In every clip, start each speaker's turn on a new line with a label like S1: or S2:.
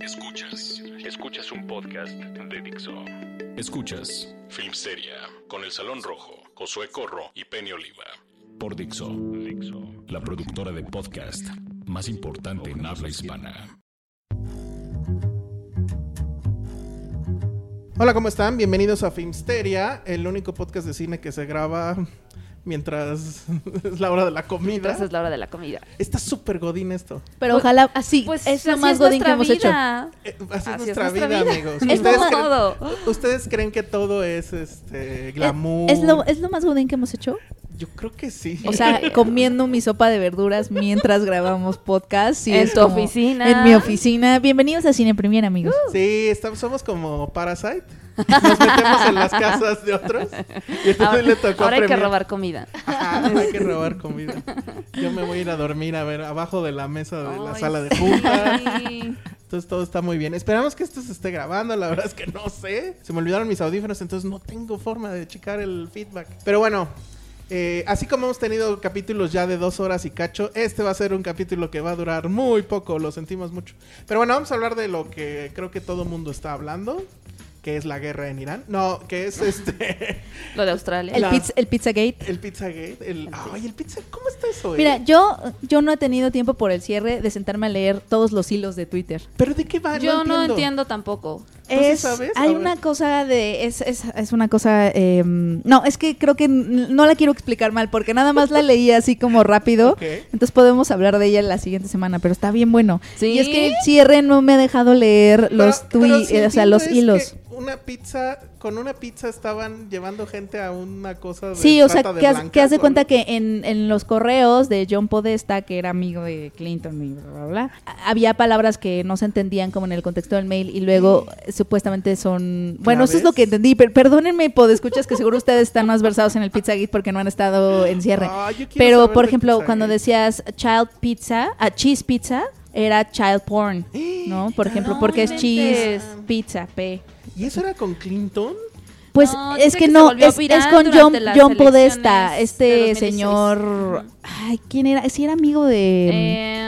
S1: Escuchas, escuchas un podcast de Dixo. Escuchas Filmsteria con El Salón Rojo, Josué Corro y Penny Oliva. Por Dixo, Dixo, la productora de podcast más importante en habla hispana.
S2: Hola, ¿cómo están? Bienvenidos a Filmsteria, el único podcast de cine que se graba mientras es la hora de la comida.
S3: Mientras es la hora de la comida.
S2: Está súper godín esto.
S4: Pero ojalá así.
S3: Pues
S4: es lo
S3: así
S4: más
S3: es
S4: godín
S3: nuestra
S4: que hemos hecho.
S3: vida.
S2: Eh, Así, es
S3: Así es
S2: nuestra,
S3: nuestra
S2: vida,
S3: vida.
S2: amigos.
S3: Es como
S2: creen-
S3: todo.
S2: ¿Ustedes creen que todo es este glamour?
S4: Es lo, es lo más godín que hemos hecho.
S2: Yo creo que sí.
S4: O sea, comiendo mi sopa de verduras mientras grabamos podcast. y
S3: En
S4: es
S3: tu
S4: como-
S3: oficina. Uh,
S4: En mi oficina. Bienvenidos a Cine Premier, amigos.
S3: Oh.
S2: Sí, estamos, somos como Parasite. Nos metemos en las casas de otros. Y entonces
S3: Ahora,
S2: le tocó
S3: ahora hay que
S2: premiar.
S3: robar comida.
S2: Ajá, hay que robar comida. Yo me voy a ir a dormir, a ver, abajo de la mesa de la
S3: Ay,
S2: sala de
S3: sí.
S2: juntas. Entonces todo está muy bien. Esperamos que esto se esté grabando, la verdad es que no sé. Se me olvidaron mis audífonos, entonces no tengo forma de checar el feedback. Pero bueno, eh, así como hemos tenido capítulos ya de dos horas y cacho, este va a ser un capítulo que va a durar muy poco, lo sentimos mucho. Pero bueno, vamos a hablar de lo que creo que todo mundo está hablando, que es la guerra en Irán. No, que es este...
S3: Lo de Australia.
S4: El,
S2: La-
S4: pizza, el Pizzagate.
S2: El Pizzagate. El, ay, el pizza... ¿Cómo está eso? eh?
S4: Mira, yo, yo no he tenido tiempo por el cierre de sentarme a leer todos los hilos de Twitter.
S2: ¿Pero de qué va?
S3: Yo no entiendo tampoco.
S2: ¿Tú sí sabes? A
S4: Hay
S2: ver.
S4: una cosa de. Es, es, es una cosa. eh, no, es que creo que n- no la quiero explicar mal porque nada más la leí así como rápido.
S2: Ok.
S4: Entonces podemos hablar de ella la siguiente semana, pero está bien bueno.
S3: ¿Sí?
S4: Y es que el cierre no me ha dejado leer los
S2: Pero- pero
S4: tweets,
S2: sí
S4: o sea,
S2: entiendo
S4: los
S2: es
S4: hilos.
S2: que Una pizza, con una pizza estaban llevando gente a una cosa de
S4: Sí, o sea,
S2: trata de
S4: que, haz,
S2: blancas,
S4: que haz de
S2: ¿o
S4: cuenta
S2: no?
S4: que en, en los correos de John Podesta, que era amigo de Clinton y bla, bla, bla, a- había palabras que no se entendían como en el contexto del mail y luego eh, supuestamente son... Bueno, eso es lo
S2: ¿Claves?
S4: que entendí, pero perdónenme, podescuchas, que seguro ustedes están más versados en el Pizzagate porque no han estado en cierre.
S2: Ah, yo quiero
S4: pero,
S2: saber
S4: por
S2: de
S4: ejemplo,
S2: Pizzagate.
S4: cuando decías child pizza, a cheese pizza, era child porn, ¿no? Por ejemplo,
S3: No
S4: porque es
S3: inventes.
S4: cheese, pizza, P.
S2: ¿Y eso era con Clinton?
S4: Pues
S3: No,
S4: es
S3: dice
S4: que,
S3: que se
S4: no,
S3: volvió
S4: es,
S3: viral
S4: es con
S3: durante
S4: John,
S3: las
S4: John Podesta,
S3: elecciones de
S4: este
S3: 2006.
S4: señor... Ay, ¿quién era? Sí, era amigo Em, de... eh,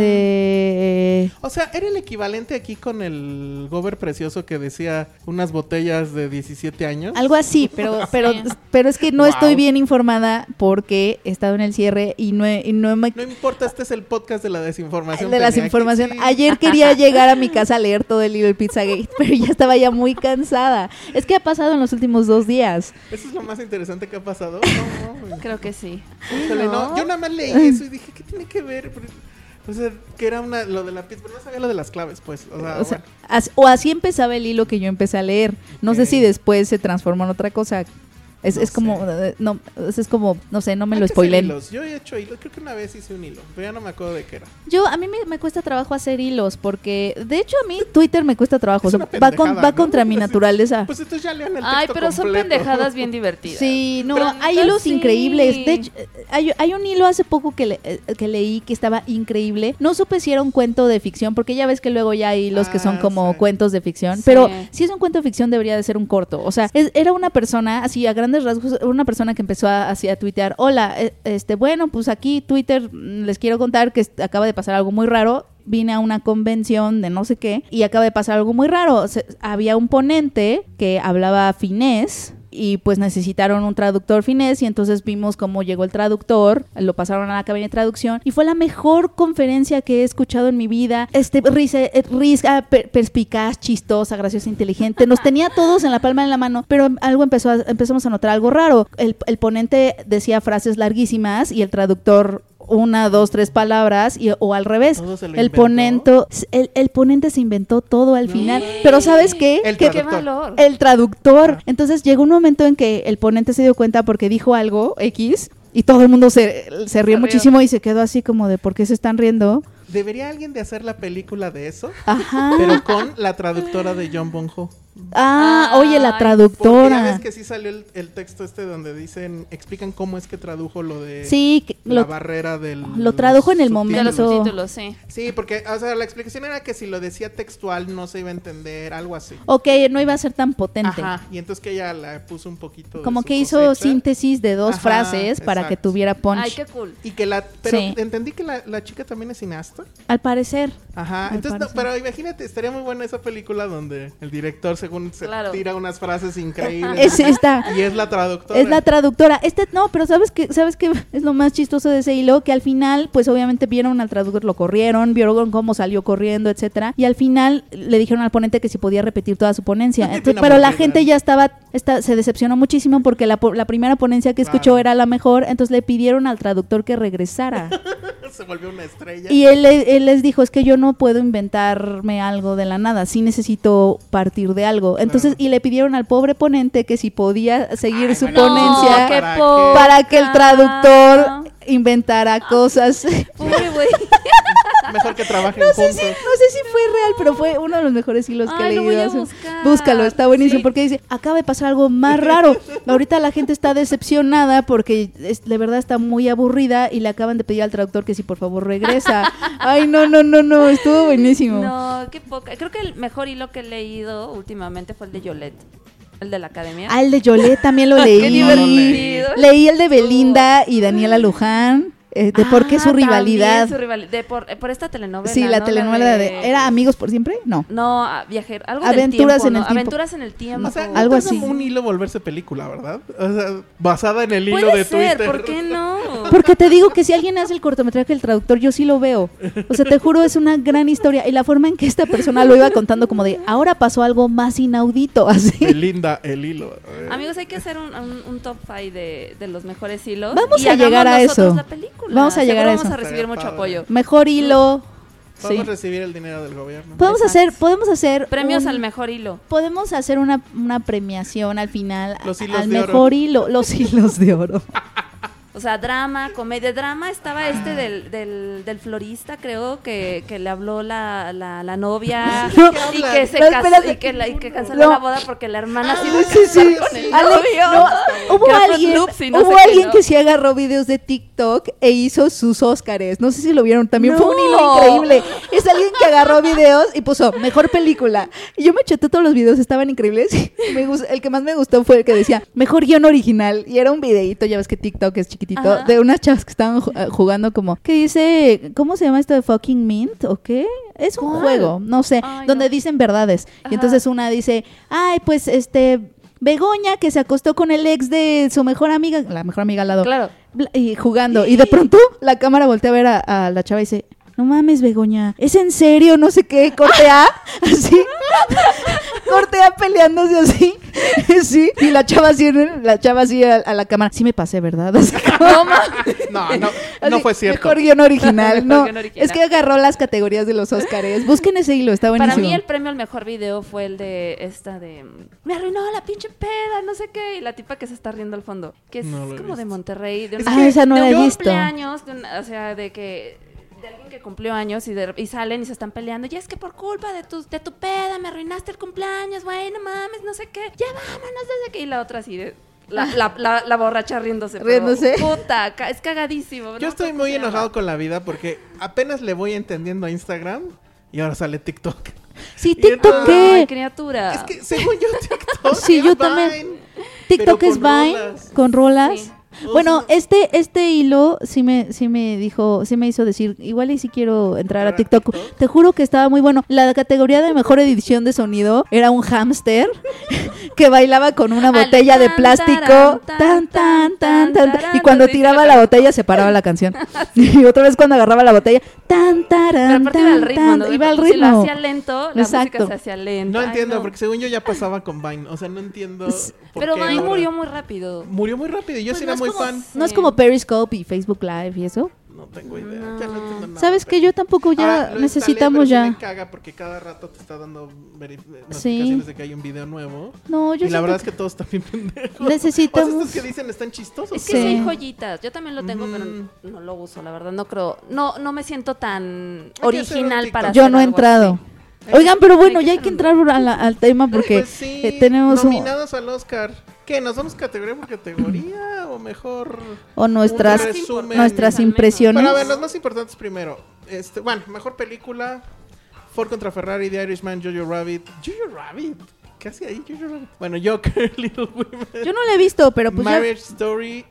S3: Eh,
S4: de...
S2: O sea, era el equivalente aquí con el gober precioso que decía unas botellas de 17 años.
S4: Algo así, pero, pero,
S3: Sí.
S4: pero es que no estoy
S2: Wow.
S4: bien informada porque he estado en el cierre y no, he- y no me...
S2: No importa, este es el podcast de la desinformación.
S4: de las
S2: tenía que-
S4: información.
S2: sí.
S4: Ayer quería llegar a mi casa a leer todo el libro del Pizzagate, pero ya estaba ya muy cansada. Es que ha pasado en los últimos dos días.
S2: Eso es lo más interesante que ha pasado. No, no,
S3: Creo que sí.
S2: Híjole, no,
S3: ¿no?
S2: Yo nada más leí eso y dije, ¿qué tiene que ver? Pero- O sea, que era una, lo de la pizza, pero no sabía lo de las claves, pues. O sea,
S4: O, sea,
S2: bueno.
S4: as- o así empezaba el hilo que yo empecé a leer. No
S2: Ok.
S4: sé si después se transformó en otra cosa. Es,
S2: No
S4: es como, eh, no, es es como, no sé, no me
S2: Hay que
S4: lo
S2: hacer
S4: spoilen.
S2: hilos. Yo he hecho hilos, creo que una vez hice un hilo, pero ya no me acuerdo de qué era.
S4: Yo, a mí me, me cuesta trabajo hacer hilos porque, de hecho, a mí Twitter me cuesta trabajo.
S2: Es
S4: O sea,
S2: una
S4: va, con-
S2: pendejada,
S4: va
S2: ¿no?
S4: contra mi
S2: Así-
S4: naturaleza.
S2: Pues entonces ya lean el texto
S3: Ay, pero son
S2: completo.
S3: pendejadas bien divertidas.
S4: Sí, no,
S3: Pero
S4: hay
S3: neta,
S4: hilos
S3: sí.
S4: increíbles. De hecho, eh, hay, hay un hilo hace poco que, le- eh, que leí que estaba increíble. No supe si era un cuento de ficción, porque ya ves que luego ya hay hilos que son
S2: Ah,
S4: como
S2: sí.
S4: cuentos de ficción.
S3: Sí.
S4: Pero si es un cuento de ficción, debería de ser un corto. O sea, es- era una persona, así a grandes rasgos, una persona que empezó a, así a tuitear: Hola, eh, este, bueno, pues aquí Twitter mm, les quiero contar que est- acaba de pasar algo muy raro. Vine a una convención de no sé qué y acaba de pasar algo muy raro. Se- había un ponente que hablaba finés y pues necesitaron un traductor finés y entonces vimos cómo llegó el traductor, lo pasaron a la cabina de traducción y fue la mejor conferencia que he escuchado en mi vida. Este risa, eh, risa, per- perspicaz, chistosa, graciosa, inteligente, nos tenía a todos en la palma de la mano, pero algo empezó a- empezamos a notar algo raro. El, el ponente decía frases larguísimas y el traductor una, dos, tres palabras y- o al revés.
S2: ¿Todo se lo
S4: El
S2: inventó?
S4: ponente, el, el ponente se inventó todo al final. Pero ¿sabes qué?
S2: El
S4: Que-
S3: ¡Qué
S2: traductor.
S3: valor!
S4: el traductor. Entonces llegó un momento en que el ponente se dio cuenta porque dijo algo X y todo el mundo se, se rió
S3: rió.
S4: muchísimo y se quedó así como de ¿por qué se están riendo?
S2: ¿Debería alguien de hacer la película de eso?
S4: Ajá.
S2: Pero con la traductora de John Bonjo.
S4: ah,
S3: Ay,
S4: oye, la
S3: porque
S2: Porque ya ves
S4: traductora.
S2: que sí salió el, el texto este donde dicen, explican cómo es que tradujo lo de
S4: Sí, que
S2: la
S4: lo-
S2: barrera del...
S4: lo tradujo en el
S2: subtítulos.
S3: De los
S4: momento.
S3: subtítulos, sí.
S2: Sí, porque, o sea, la explicación era que si lo decía textual no se iba a entender, algo así.
S4: ok, no iba a ser tan potente.
S2: Ajá. Y entonces que ella la puso un poquito... de
S4: Como
S2: su
S4: que hizo
S2: cosecha.
S4: síntesis de dos
S2: Ajá,
S4: frases para que
S2: exacto.
S4: tuviera punch.
S3: Ay, qué cool.
S2: Y que la... Pero
S4: Sí.
S2: entendí que la, la chica también es cineasta.
S4: Al parecer.
S2: Ajá,
S4: Al
S2: entonces, no,
S4: parecer.
S2: pero imagínate, estaría muy buena esa película donde el director, según se
S3: Claro.
S2: tira unas frases increíbles.
S4: Es esta.
S2: Y es la traductora.
S4: Es la traductora. Este no, pero sabes que sabes que es lo más chistoso de ese hilo que al final, pues obviamente vieron al traductor, lo corrieron, vieron cómo salió corriendo, etcétera, y al final le dijeron al ponente que si podía repetir toda su ponencia.
S2: Qué
S4: Entonces,
S2: pena
S4: pero la
S2: aburrida.
S4: gente ya estaba está- se decepcionó muchísimo porque la, po- la primera ponencia que escuchó
S2: Claro.
S4: era la mejor, entonces le pidieron al traductor que regresara.
S2: se volvió una estrella.
S4: y él, le- él les dijo, es que yo no puedo inventarme algo de la nada, sí necesito partir de algo. Entonces, y le pidieron al pobre ponente que si podía seguir
S2: Ay,
S4: su
S2: bueno,
S4: ponencia
S2: no, qué
S3: Para
S2: poca.
S4: para que el
S3: Ah.
S4: traductor inventara cosas.
S3: Uy, güey.
S2: Mejor que trabajen
S4: No sé,
S2: juntos.
S4: si, no sé si fue real, pero fue uno de los mejores hilos que he
S3: Ay, lo
S4: leído.
S3: voy a
S4: hace-
S3: buscar.
S4: Búscalo, está buenísimo.
S3: Sí.
S4: Porque dice, acaba de pasar algo más raro. Ahorita la gente está decepcionada porque es- de verdad está muy aburrida y le acaban de pedir al traductor que si por favor regresa. Ay, no, no, no, no, estuvo buenísimo.
S3: No, qué poca. Creo que el mejor hilo que he leído últimamente fue el de Yolette, el de la academia.
S4: Ah, el de Yolette también lo
S3: qué
S4: leí.
S3: divertido.
S4: Leí el de Belinda y Daniela Luján, eh, de por qué
S3: Ah,
S4: su rivalidad.
S3: también su rivalidad. De por, eh, por esta telenovela.
S4: Sí, la
S3: ¿no?
S4: telenovela de... ¿Era Amigos por siempre? No.
S3: No, a- viajer. Algo
S4: Aventuras
S3: del tiempo,
S4: en
S3: ¿no?
S4: el tiempo.
S3: Aventuras en el tiempo.
S2: O sea,
S4: Algo
S2: algo así.
S4: así.
S2: un hilo volverse película, ¿verdad? O sea, basada en el hilo
S3: Puede
S2: de
S3: ser,
S2: Twitter.
S3: ¿por qué no?
S4: Porque te digo que si alguien hace el cortometraje El Traductor, yo sí lo veo. O sea, te juro, es una gran historia. Y la forma en que esta persona lo iba contando, como de, ahora pasó algo más inaudito, así.
S2: Belinda, el hilo. Eh,
S3: Amigos, hay que hacer un, un- un top 5 de, de los mejores hilos.
S4: Vamos
S3: y
S4: a llegar
S3: hagamos
S4: a
S3: nosotros
S4: eso.
S3: La película.
S4: Vamos a
S3: Seguro
S4: llegar a eso.
S3: Vamos a recibir
S2: Estaría
S3: mucho
S2: padre.
S3: apoyo.
S4: Mejor hilo. Sí.
S2: Podemos recibir el dinero del gobierno.
S4: Podemos hacer, podemos hacer.
S3: Premios
S4: un-
S3: al mejor hilo.
S4: Podemos hacer una, una premiación al final
S2: Los
S4: a-
S2: hilos
S4: al
S2: de oro.
S4: mejor hilo, los hilos de oro.
S3: O sea, drama, comedia. Drama estaba este del, del, del florista, creo, que, que le habló la, la, la novia
S4: No,
S3: y,
S2: hablan?
S3: que se
S4: No,
S3: casó-
S4: espérate.
S3: y que la- y que canceló
S4: No.
S3: la boda porque la hermana sí
S4: Ah, Sí, sí.
S3: con el
S4: Ale-
S3: novio.
S4: no, hubo
S3: Que fue
S4: alguien,
S3: Nupsi, no
S4: hubo
S3: sé qué,
S4: alguien
S3: ¿no?
S4: que sí agarró videos de TikTok e hizo sus Óscares. No sé si lo vieron también. Fue un
S3: No.
S4: hilo increíble. Es alguien que agarró videos y puso mejor película. Y yo me cheté todos los videos, estaban increíbles. Me gus- el que más me gustó fue el que decía mejor guión original. Y era un videito, ya ves que TikTok es chiquitito,
S3: Ajá.
S4: de unas chavas que estaban ju- eh, jugando como, ¿qué dice? ¿Cómo se llama esto de fucking mint? ¿O qué? Es un juego, no sé,
S3: Ay,
S4: donde
S3: no.
S4: dicen verdades.
S3: Ajá.
S4: Y entonces una dice, ay, pues este, Begoña que se acostó con el ex de su mejor amiga, la mejor amiga al lado,
S3: Claro.
S4: bla- y jugando. Y de pronto la cámara voltea a ver a, a la chava y dice, no mames, Begoña, ¿es en serio? No sé qué, corte A, así. corte A peleándose así. sí. Y la chava así, la chava así a, a la cámara. Sí me pasé, ¿verdad? Así como-
S2: No, no, no
S4: Así,
S2: fue cierto.
S4: Mejor guión original,
S3: Mejor
S4: no.
S3: guión original.
S4: Es que agarró las categorías de los Óscares. Busquen ese hilo, está buenísimo.
S3: Para mí el premio al mejor video fue el de esta de mm, me arruinó la pinche peda, no sé qué, y la tipa que se está riendo al fondo, que es
S2: No lo he
S3: como
S2: visto.
S3: de Monterrey, de,
S4: Es
S3: una-
S4: que Ah, esa no
S3: de
S4: la he
S3: un
S4: visto.
S3: cumpleaños, de una- o sea, de que de alguien que cumplió años y, de- y salen y se están peleando, y es que por culpa de tu de tu peda me arruinaste el cumpleaños, güey, no mames, no sé qué. Ya vámonos desde que y la otra así de la, la, la- la borracha riéndose. pero,
S4: Riéndose.
S3: puta, ca- es cagadísimo.
S2: Yo estoy muy enojado con la vida porque apenas le voy entendiendo a Instagram y ahora sale TikTok.
S4: Sí,
S2: Y
S4: TikTok,
S2: entonces-
S4: ¿qué?
S3: criatura.
S2: Es que según yo TikTok
S4: Sí,
S2: es
S4: yo también.
S2: Vine,
S4: TikTok
S2: pero
S4: es
S2: con
S4: Vine
S2: rolas.
S4: con rolas.
S3: Sí.
S4: Bueno, este, este hilo sí me, sí me dijo, sí me hizo decir, igual y si quiero entrar a
S2: ¿Entrar a
S4: TikTok. Te juro que estaba muy bueno. La categoría de mejor edición de sonido era un hámster que bailaba con una
S3: Al
S4: botella de
S3: tan,
S4: plástico.
S3: tarán,
S4: Tan, tan, tan, tan, tan. Y
S3: tarán,
S4: cuando
S3: así
S4: tiraba
S3: se
S4: la botella se paraba la canción. Y otra vez cuando agarraba la botella, tan,
S3: Pero
S4: tan,
S3: aparte iba al
S4: tan,
S3: ritmo, ¿no?
S4: tan. Iba al
S3: Si lo
S4: ritmo.
S3: hacía lento, la
S4: Exacto.
S3: música se hacía lenta.
S2: No
S3: Ay,
S2: entiendo, porque según yo ya pasaba con Vine. O sea, no entiendo. por
S3: Pero
S2: qué
S3: Vine
S2: ahora-
S3: murió muy rápido.
S2: Murió muy rápido y yo
S3: Pues
S2: sí
S3: no
S2: era
S3: es
S2: muy
S3: como-
S2: fan.
S4: No es como Periscope y Facebook Live y eso.
S2: No tengo idea. Ya no entiendo nada.
S4: Sabes que yo tampoco ya
S2: Ahora, lo
S4: necesitamos
S2: instalé, pero sí
S4: ya.
S2: me caga porque cada rato te está dando veri- eh, notificaciones
S4: Sí.
S2: de que hay un video nuevo.
S4: No, yo
S2: y la
S4: siento
S2: verdad es que todos también pendejos.
S4: Necesitamos-
S2: O sea, estos que dicen están chistosos.
S3: Es que
S4: Sí.
S3: soy joyitas. Yo también lo tengo,
S2: Ujú.
S3: pero no lo uso, la verdad. No creo. No, no me siento tan
S2: hacer un
S3: original
S2: TikTok.
S3: para.
S4: Yo
S3: hacer
S4: no he
S3: algo
S4: entrado.
S3: así.
S4: Oigan, pero bueno,
S3: Hay que
S4: ya hay que
S3: hacer
S4: entrar a la- al tema porque
S2: Pues sí,
S4: eh, tenemos un-
S2: nominados al Oscar. ¿Qué? ¿Nos vamos categoría por categoría o mejor?
S4: o nuestras
S2: un resumen?
S4: nuestras
S3: Al menos.
S4: impresiones.
S2: Pero a ver, los más importantes primero. Este, bueno, mejor película. Ford contra Ferrari, The Irishman, Jojo Rabbit. Jojo Rabbit. ¿Qué hace ahí Jojo Rabbit? Bueno, Joker, Little Women.
S4: Yo no la he visto, pero pues ya-
S2: Marriage Story.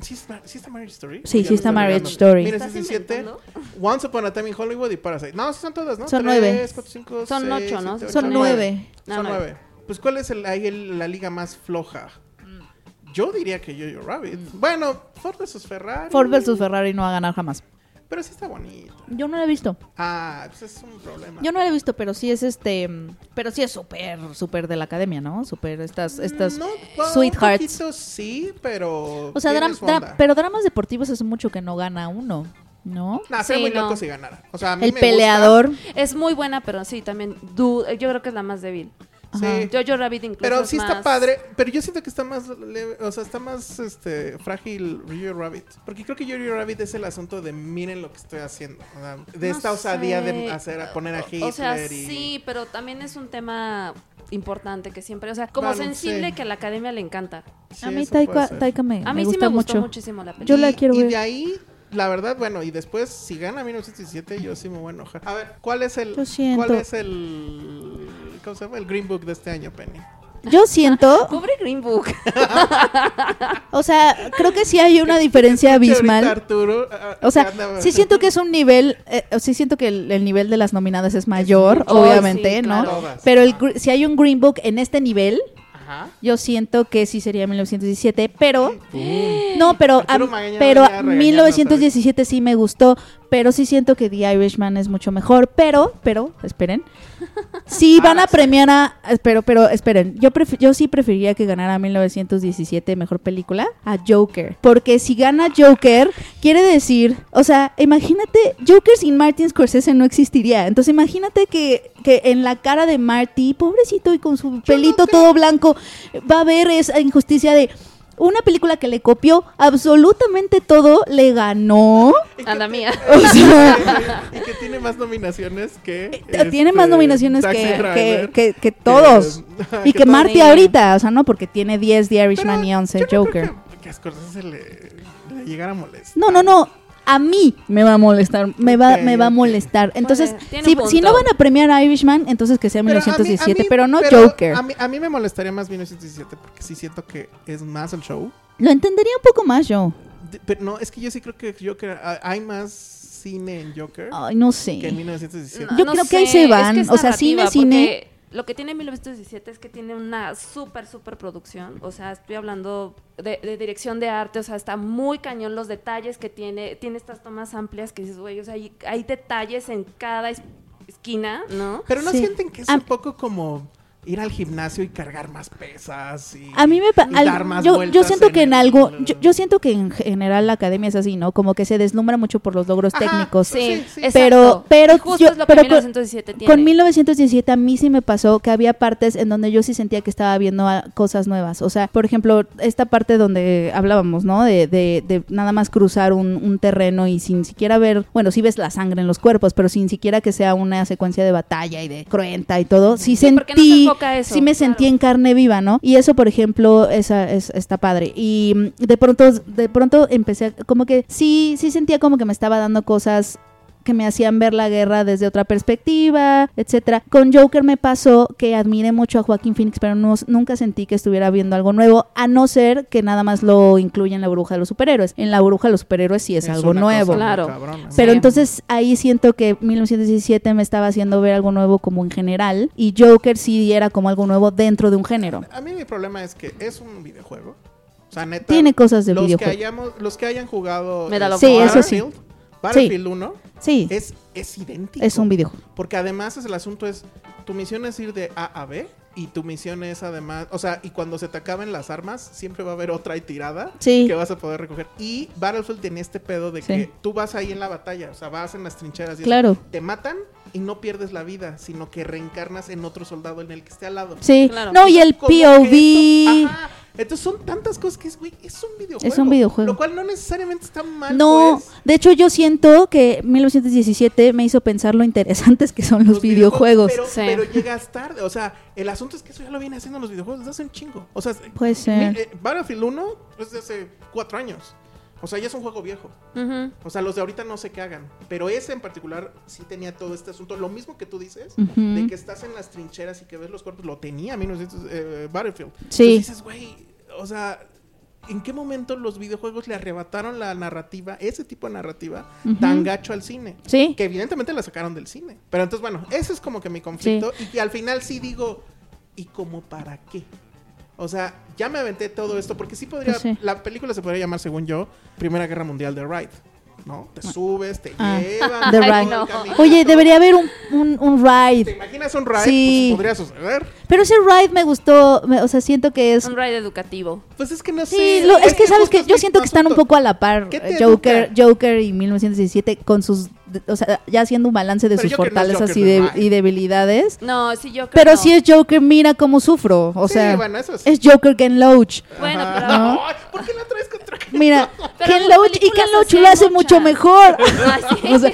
S2: ¿Sí, es ma- sí está Marriage Story?
S4: Sí,
S2: Ya
S4: sí
S2: me
S4: está
S2: estoy
S4: Marriage
S2: regando.
S4: Story.
S2: Mira,
S3: ¿Estás
S2: 17.
S3: inventando?
S2: Once Upon a Time in Hollywood y Parasite. No, sí son todas, ¿no?
S4: Son
S2: Tres,
S4: nueve.
S2: cuatro, cinco,
S3: Son
S2: seis,
S3: ocho, ¿no?
S2: siete,
S4: Son
S2: ocho,
S4: nueve.
S3: No,
S2: son
S3: no.
S2: nueve. Pues, ¿cuál es el, ahí el- la liga más floja?
S3: Mm.
S2: Yo diría que Jojo Rabbit. Bueno, Ford vs Ferrari.
S4: Mm. Ford versus Ferrari no va a ganar jamás.
S2: Pero sí está bonito.
S4: Yo no la he visto.
S2: Ah, pues es un problema.
S4: Yo no la he visto, pero sí es este, mm, pero sí es súper súper de la academia, ¿no? Súper estas estas
S2: No,
S4: sweethearts.
S2: Un poquito sí, pero.
S4: o sea, dra-
S2: tiene su
S4: dra-
S2: onda.
S4: pero dramas deportivos hace mucho que no gana uno, ¿no?
S2: Nah, sería
S3: Sí,
S2: muy
S3: no.
S2: loco si ganara. O sea, a mí
S4: El
S2: me gusta.
S4: peleador.
S3: Es muy buena, pero sí, también. du- yo creo que es la más débil.
S2: Sí.
S3: Jojo Rabbit incluso.
S2: Pero
S3: es
S2: sí está
S3: más-
S2: padre, pero yo siento que está más leve, o sea, está más este frágil Jojo Rabbit, porque creo que Jojo Rabbit es el asunto de miren lo que estoy haciendo, o sea, de
S3: No
S2: esta osadía de
S3: sé.
S2: hacer poner a
S3: O-
S2: Hitler
S3: O sea,
S2: y
S3: sí, pero también es un tema importante que siempre, o sea, como
S2: Bueno,
S3: sensible
S2: sí.
S3: que a la academia le encanta.
S2: sí,
S4: a mí
S2: eso puede
S4: Taika,
S2: ser.
S4: Taika me,
S3: A mí
S4: me
S3: sí
S4: gusta
S3: me gustó
S4: mucho.
S3: muchísimo la
S4: Yo
S3: película.
S4: la
S2: Y-
S4: quiero
S2: y
S4: ver.
S2: de ahí la verdad, bueno, y después si gana 1917 yo sí me voy a enojar. A ver, ¿cuál es el
S4: Lo siento.
S2: cuál es el ¿cómo se llama? El Green Book de este año, Penny?
S4: Yo siento,
S3: Pobre Green Book.
S4: o sea, creo que sí hay una diferencia
S2: Que ahorita
S4: abismal.
S2: Arturo, ah,
S4: O sea,
S2: anda-
S4: sí siento que es un nivel, eh, sí siento que el, el nivel de las nominadas es mayor,
S3: mucho-
S4: obviamente,
S3: sí,
S4: ¿no?
S3: claro.
S2: Todas.
S4: Pero el gr- si hay un Green Book en este nivel,
S2: Ajá.
S4: yo siento que sí sería 1917, pero no, pero a,
S2: Uh. Arturo Magaña
S4: pero
S2: venía
S4: a
S2: regañando,
S4: 1917 sí me gustó, pero sí siento que The Irishman es mucho mejor, pero pero esperen. Sí van a premiar a pero pero esperen, yo pref- yo sí preferiría que ganara 1917 mejor película a Joker, porque si gana Joker quiere decir, o sea, imagínate Joker sin Martin Scorsese no existiría. Entonces imagínate que que en la cara de Marty, pobrecito y con su pelito todo blanco, va a haber esa injusticia de una película que le copió absolutamente todo, le ganó.
S3: A la mía.
S4: O sea,
S2: y que tiene más nominaciones que.
S4: Eh, tiene más
S2: este,
S4: nominaciones
S2: Taxi
S4: que, que,
S2: Driver.
S4: que- que todos.
S2: Que-
S4: y que Marty
S3: Tony.
S4: ahorita, o sea, no, porque tiene 10 The
S2: Pero
S4: Irishman y 11
S2: yo no
S4: Joker.
S2: creo Que, que a Scorsese le, le llegara a molestar.
S4: No, no, no. A mí me va a molestar, me va,
S2: Ok,
S4: me va a
S2: ok.
S4: molestar. Entonces,
S3: Bueno, tiene
S4: si,
S3: un
S4: si no
S3: punto.
S4: van a premiar a Irishman, entonces que sea
S2: Pero a mí- a
S4: 1917,
S2: mí-
S4: pero no Joker.
S2: A mí, a mí me molestaría más 1917 porque sí siento que es más el show.
S4: Lo entendería un poco más yo.
S2: De- pero no, es que yo sí creo que Joker. ah, Hay más cine en Joker
S4: Ay, no
S2: que en
S4: sé.
S2: 1917.
S4: Yo creo que ahí se van,
S3: es
S4: o sea, cine,
S3: narrativa,
S4: cine.
S3: porque Lo que tiene 1917 es que tiene una súper, súper producción. O sea, estoy hablando de, de dirección de arte. O sea, está muy cañón los detalles que tiene. Tiene estas tomas amplias que dices, güey, o sea, hay, hay detalles en cada es- esquina, ¿no?
S2: Pero no
S4: Sí.
S2: sienten que es
S4: A-
S2: un poco como. Ir al gimnasio y cargar más pesas y,
S4: A mí me pa-
S2: y
S4: al-
S2: dar más
S4: yo, yo
S2: vueltas
S4: siento que
S2: el-
S4: en algo yo, yo siento que en general la academia es así, ¿no? Como que se deslumbra mucho por los logros
S2: Ajá,
S4: técnicos.
S2: Sí,
S3: Sí,
S2: sí.
S3: Eh, exacto.
S4: Pero pero
S3: Y justo
S4: yo-
S3: es lo
S4: pero
S3: que 1917 tiene.
S4: Con 1917 a mí sí me pasó que había partes en donde yo sí sentía que estaba viendo ah, cosas nuevas. O sea, por ejemplo, esta parte donde hablábamos, ¿no? De, de- de nada más cruzar un, un terreno y sin siquiera ver, bueno, sí ves la sangre en los cuerpos, pero sin siquiera que sea una secuencia de batalla y de cruenta y todo. Sí,
S3: Sí, ¿por qué no se
S4: sentí,
S3: enfoca eso?
S4: sí me sentí
S3: Claro.
S4: en carne viva, ¿no? Y eso, por ejemplo, esa, es, está padre. Y mm, de pronto, de pronto empecé, a- como que sí, sí sentía como que me estaba dando cosas que que me hacían ver la guerra desde otra perspectiva, etcétera. Con Joker me pasó que admiré mucho a Joaquín Phoenix, pero no- nunca sentí que estuviera viendo algo nuevo, a no ser que nada más lo incluya en La Bruja de los Superhéroes. En La Bruja de los Superhéroes sí es, algo
S2: una cosa
S4: nuevo.
S2: muy
S3: Claro.
S2: cabrona.
S4: Pero
S3: Sí.
S4: entonces ahí siento que 1917 me estaba haciendo ver algo nuevo como en general y Joker sí era como algo nuevo dentro de un género.
S2: A mí mi problema es que es un videojuego. O sea, neta.
S4: Tiene cosas de
S2: los
S4: videojuego.
S2: Que hayamos, los que hayan jugado
S3: Medal
S2: eh,
S3: of Sí, Honor.
S4: eso sí.
S2: Battlefield, Battlefield 1
S4: Sí, es,
S2: es, es idéntico.
S4: un videojuego.
S2: Porque además es el asunto es, tu misión es ir de A a B y tu misión es además, o sea, y cuando se te acaben las armas, siempre va a haber otra ahí tirada
S4: Sí.
S2: que vas a poder recoger. Y Battlefield tiene este pedo de
S4: Sí.
S2: que tú vas ahí en la batalla, o sea, vas en las trincheras y eso.
S4: Claro.
S2: te matan y no pierdes la vida, sino que reencarnas en otro soldado en el que esté al lado.
S4: Sí.
S3: Claro.
S4: No, y el
S2: Como que esto-
S4: POV.
S2: ajá. Entonces son tantas cosas que es, güey, es un videojuego.
S4: Es un videojuego.
S2: Lo cual no necesariamente está mal.
S4: No,
S2: pues.
S4: de hecho yo siento que 1917 me hizo pensar lo interesantes que son los, videojuegos.
S2: Pero,
S3: Sí.
S2: pero llegas tarde. O sea, el asunto es que eso ya lo viene haciendo los videojuegos desde hace un chingo. O sea,
S4: Puede ser.
S2: mi- eh, Battlefield 1 es de hace cuatro años. O sea, ya es un juego viejo.
S3: Ujú.
S2: O sea, los de ahorita no sé qué hagan. Pero ese en particular sí tenía todo este asunto. Lo mismo que tú dices,
S4: Ujú.
S2: de que estás en las trincheras y que ves los cuerpos, lo tenía 1900, eh, Battlefield.
S4: Sí.
S2: Entonces dices, güey, o sea, ¿en qué momento los videojuegos le arrebataron la narrativa, ese tipo de narrativa, tan gacho al cine?
S4: Sí.
S2: Que evidentemente la sacaron del cine. Pero entonces, bueno, ese es como que mi conflicto. Y que al final sí digo, ¿y como para qué? O sea, ya me aventé todo esto porque sí podría.
S4: Pues sí.
S2: La película se podría llamar, según yo, Primera Guerra Mundial de Ride. ¿No? Te subes, te
S4: Ah.
S2: llevan.
S4: The
S2: todo
S4: Ride.
S2: el
S3: no.
S2: camino.
S4: Oye, debería haber un, un, un
S2: ¿Te
S4: ride.
S2: imaginas un ride?
S4: Sí.
S2: Pues podría suceder.
S4: Pero ese ride me gustó, me- o sea, siento que es...
S3: Un ride educativo.
S2: Pues es que no
S4: Sí,
S2: sé.
S4: lo- es que sabes
S2: justo
S4: que
S2: es
S4: yo
S2: mi
S4: siento que están un
S2: asunto.
S4: poco a la par
S2: ¿Qué te
S4: eh, Joker,
S2: educa?
S4: Joker y 1917 con sus, o sea, ya haciendo un balance de
S2: Pero
S4: sus
S2: Joker no es
S4: fortalezas
S2: Joker,
S4: y, de-
S2: no hay.
S4: y debilidades.
S3: No, sí, yo creo.
S4: Pero
S3: no.
S4: si es Joker, mira cómo sufro. O
S2: Sí,
S4: sea,
S2: bueno, eso sí.
S4: es Joker Ken Loach.
S3: Bueno, pero.
S2: Ay, ¿Por qué la traes contra
S4: Mira,
S3: Pero
S4: Ken
S3: sus
S4: Loach y
S3: películas
S4: Ken Loach
S3: hacían
S4: lo hace
S3: muchas.
S4: mucho mejor.
S3: Ah, sí.
S4: o sea,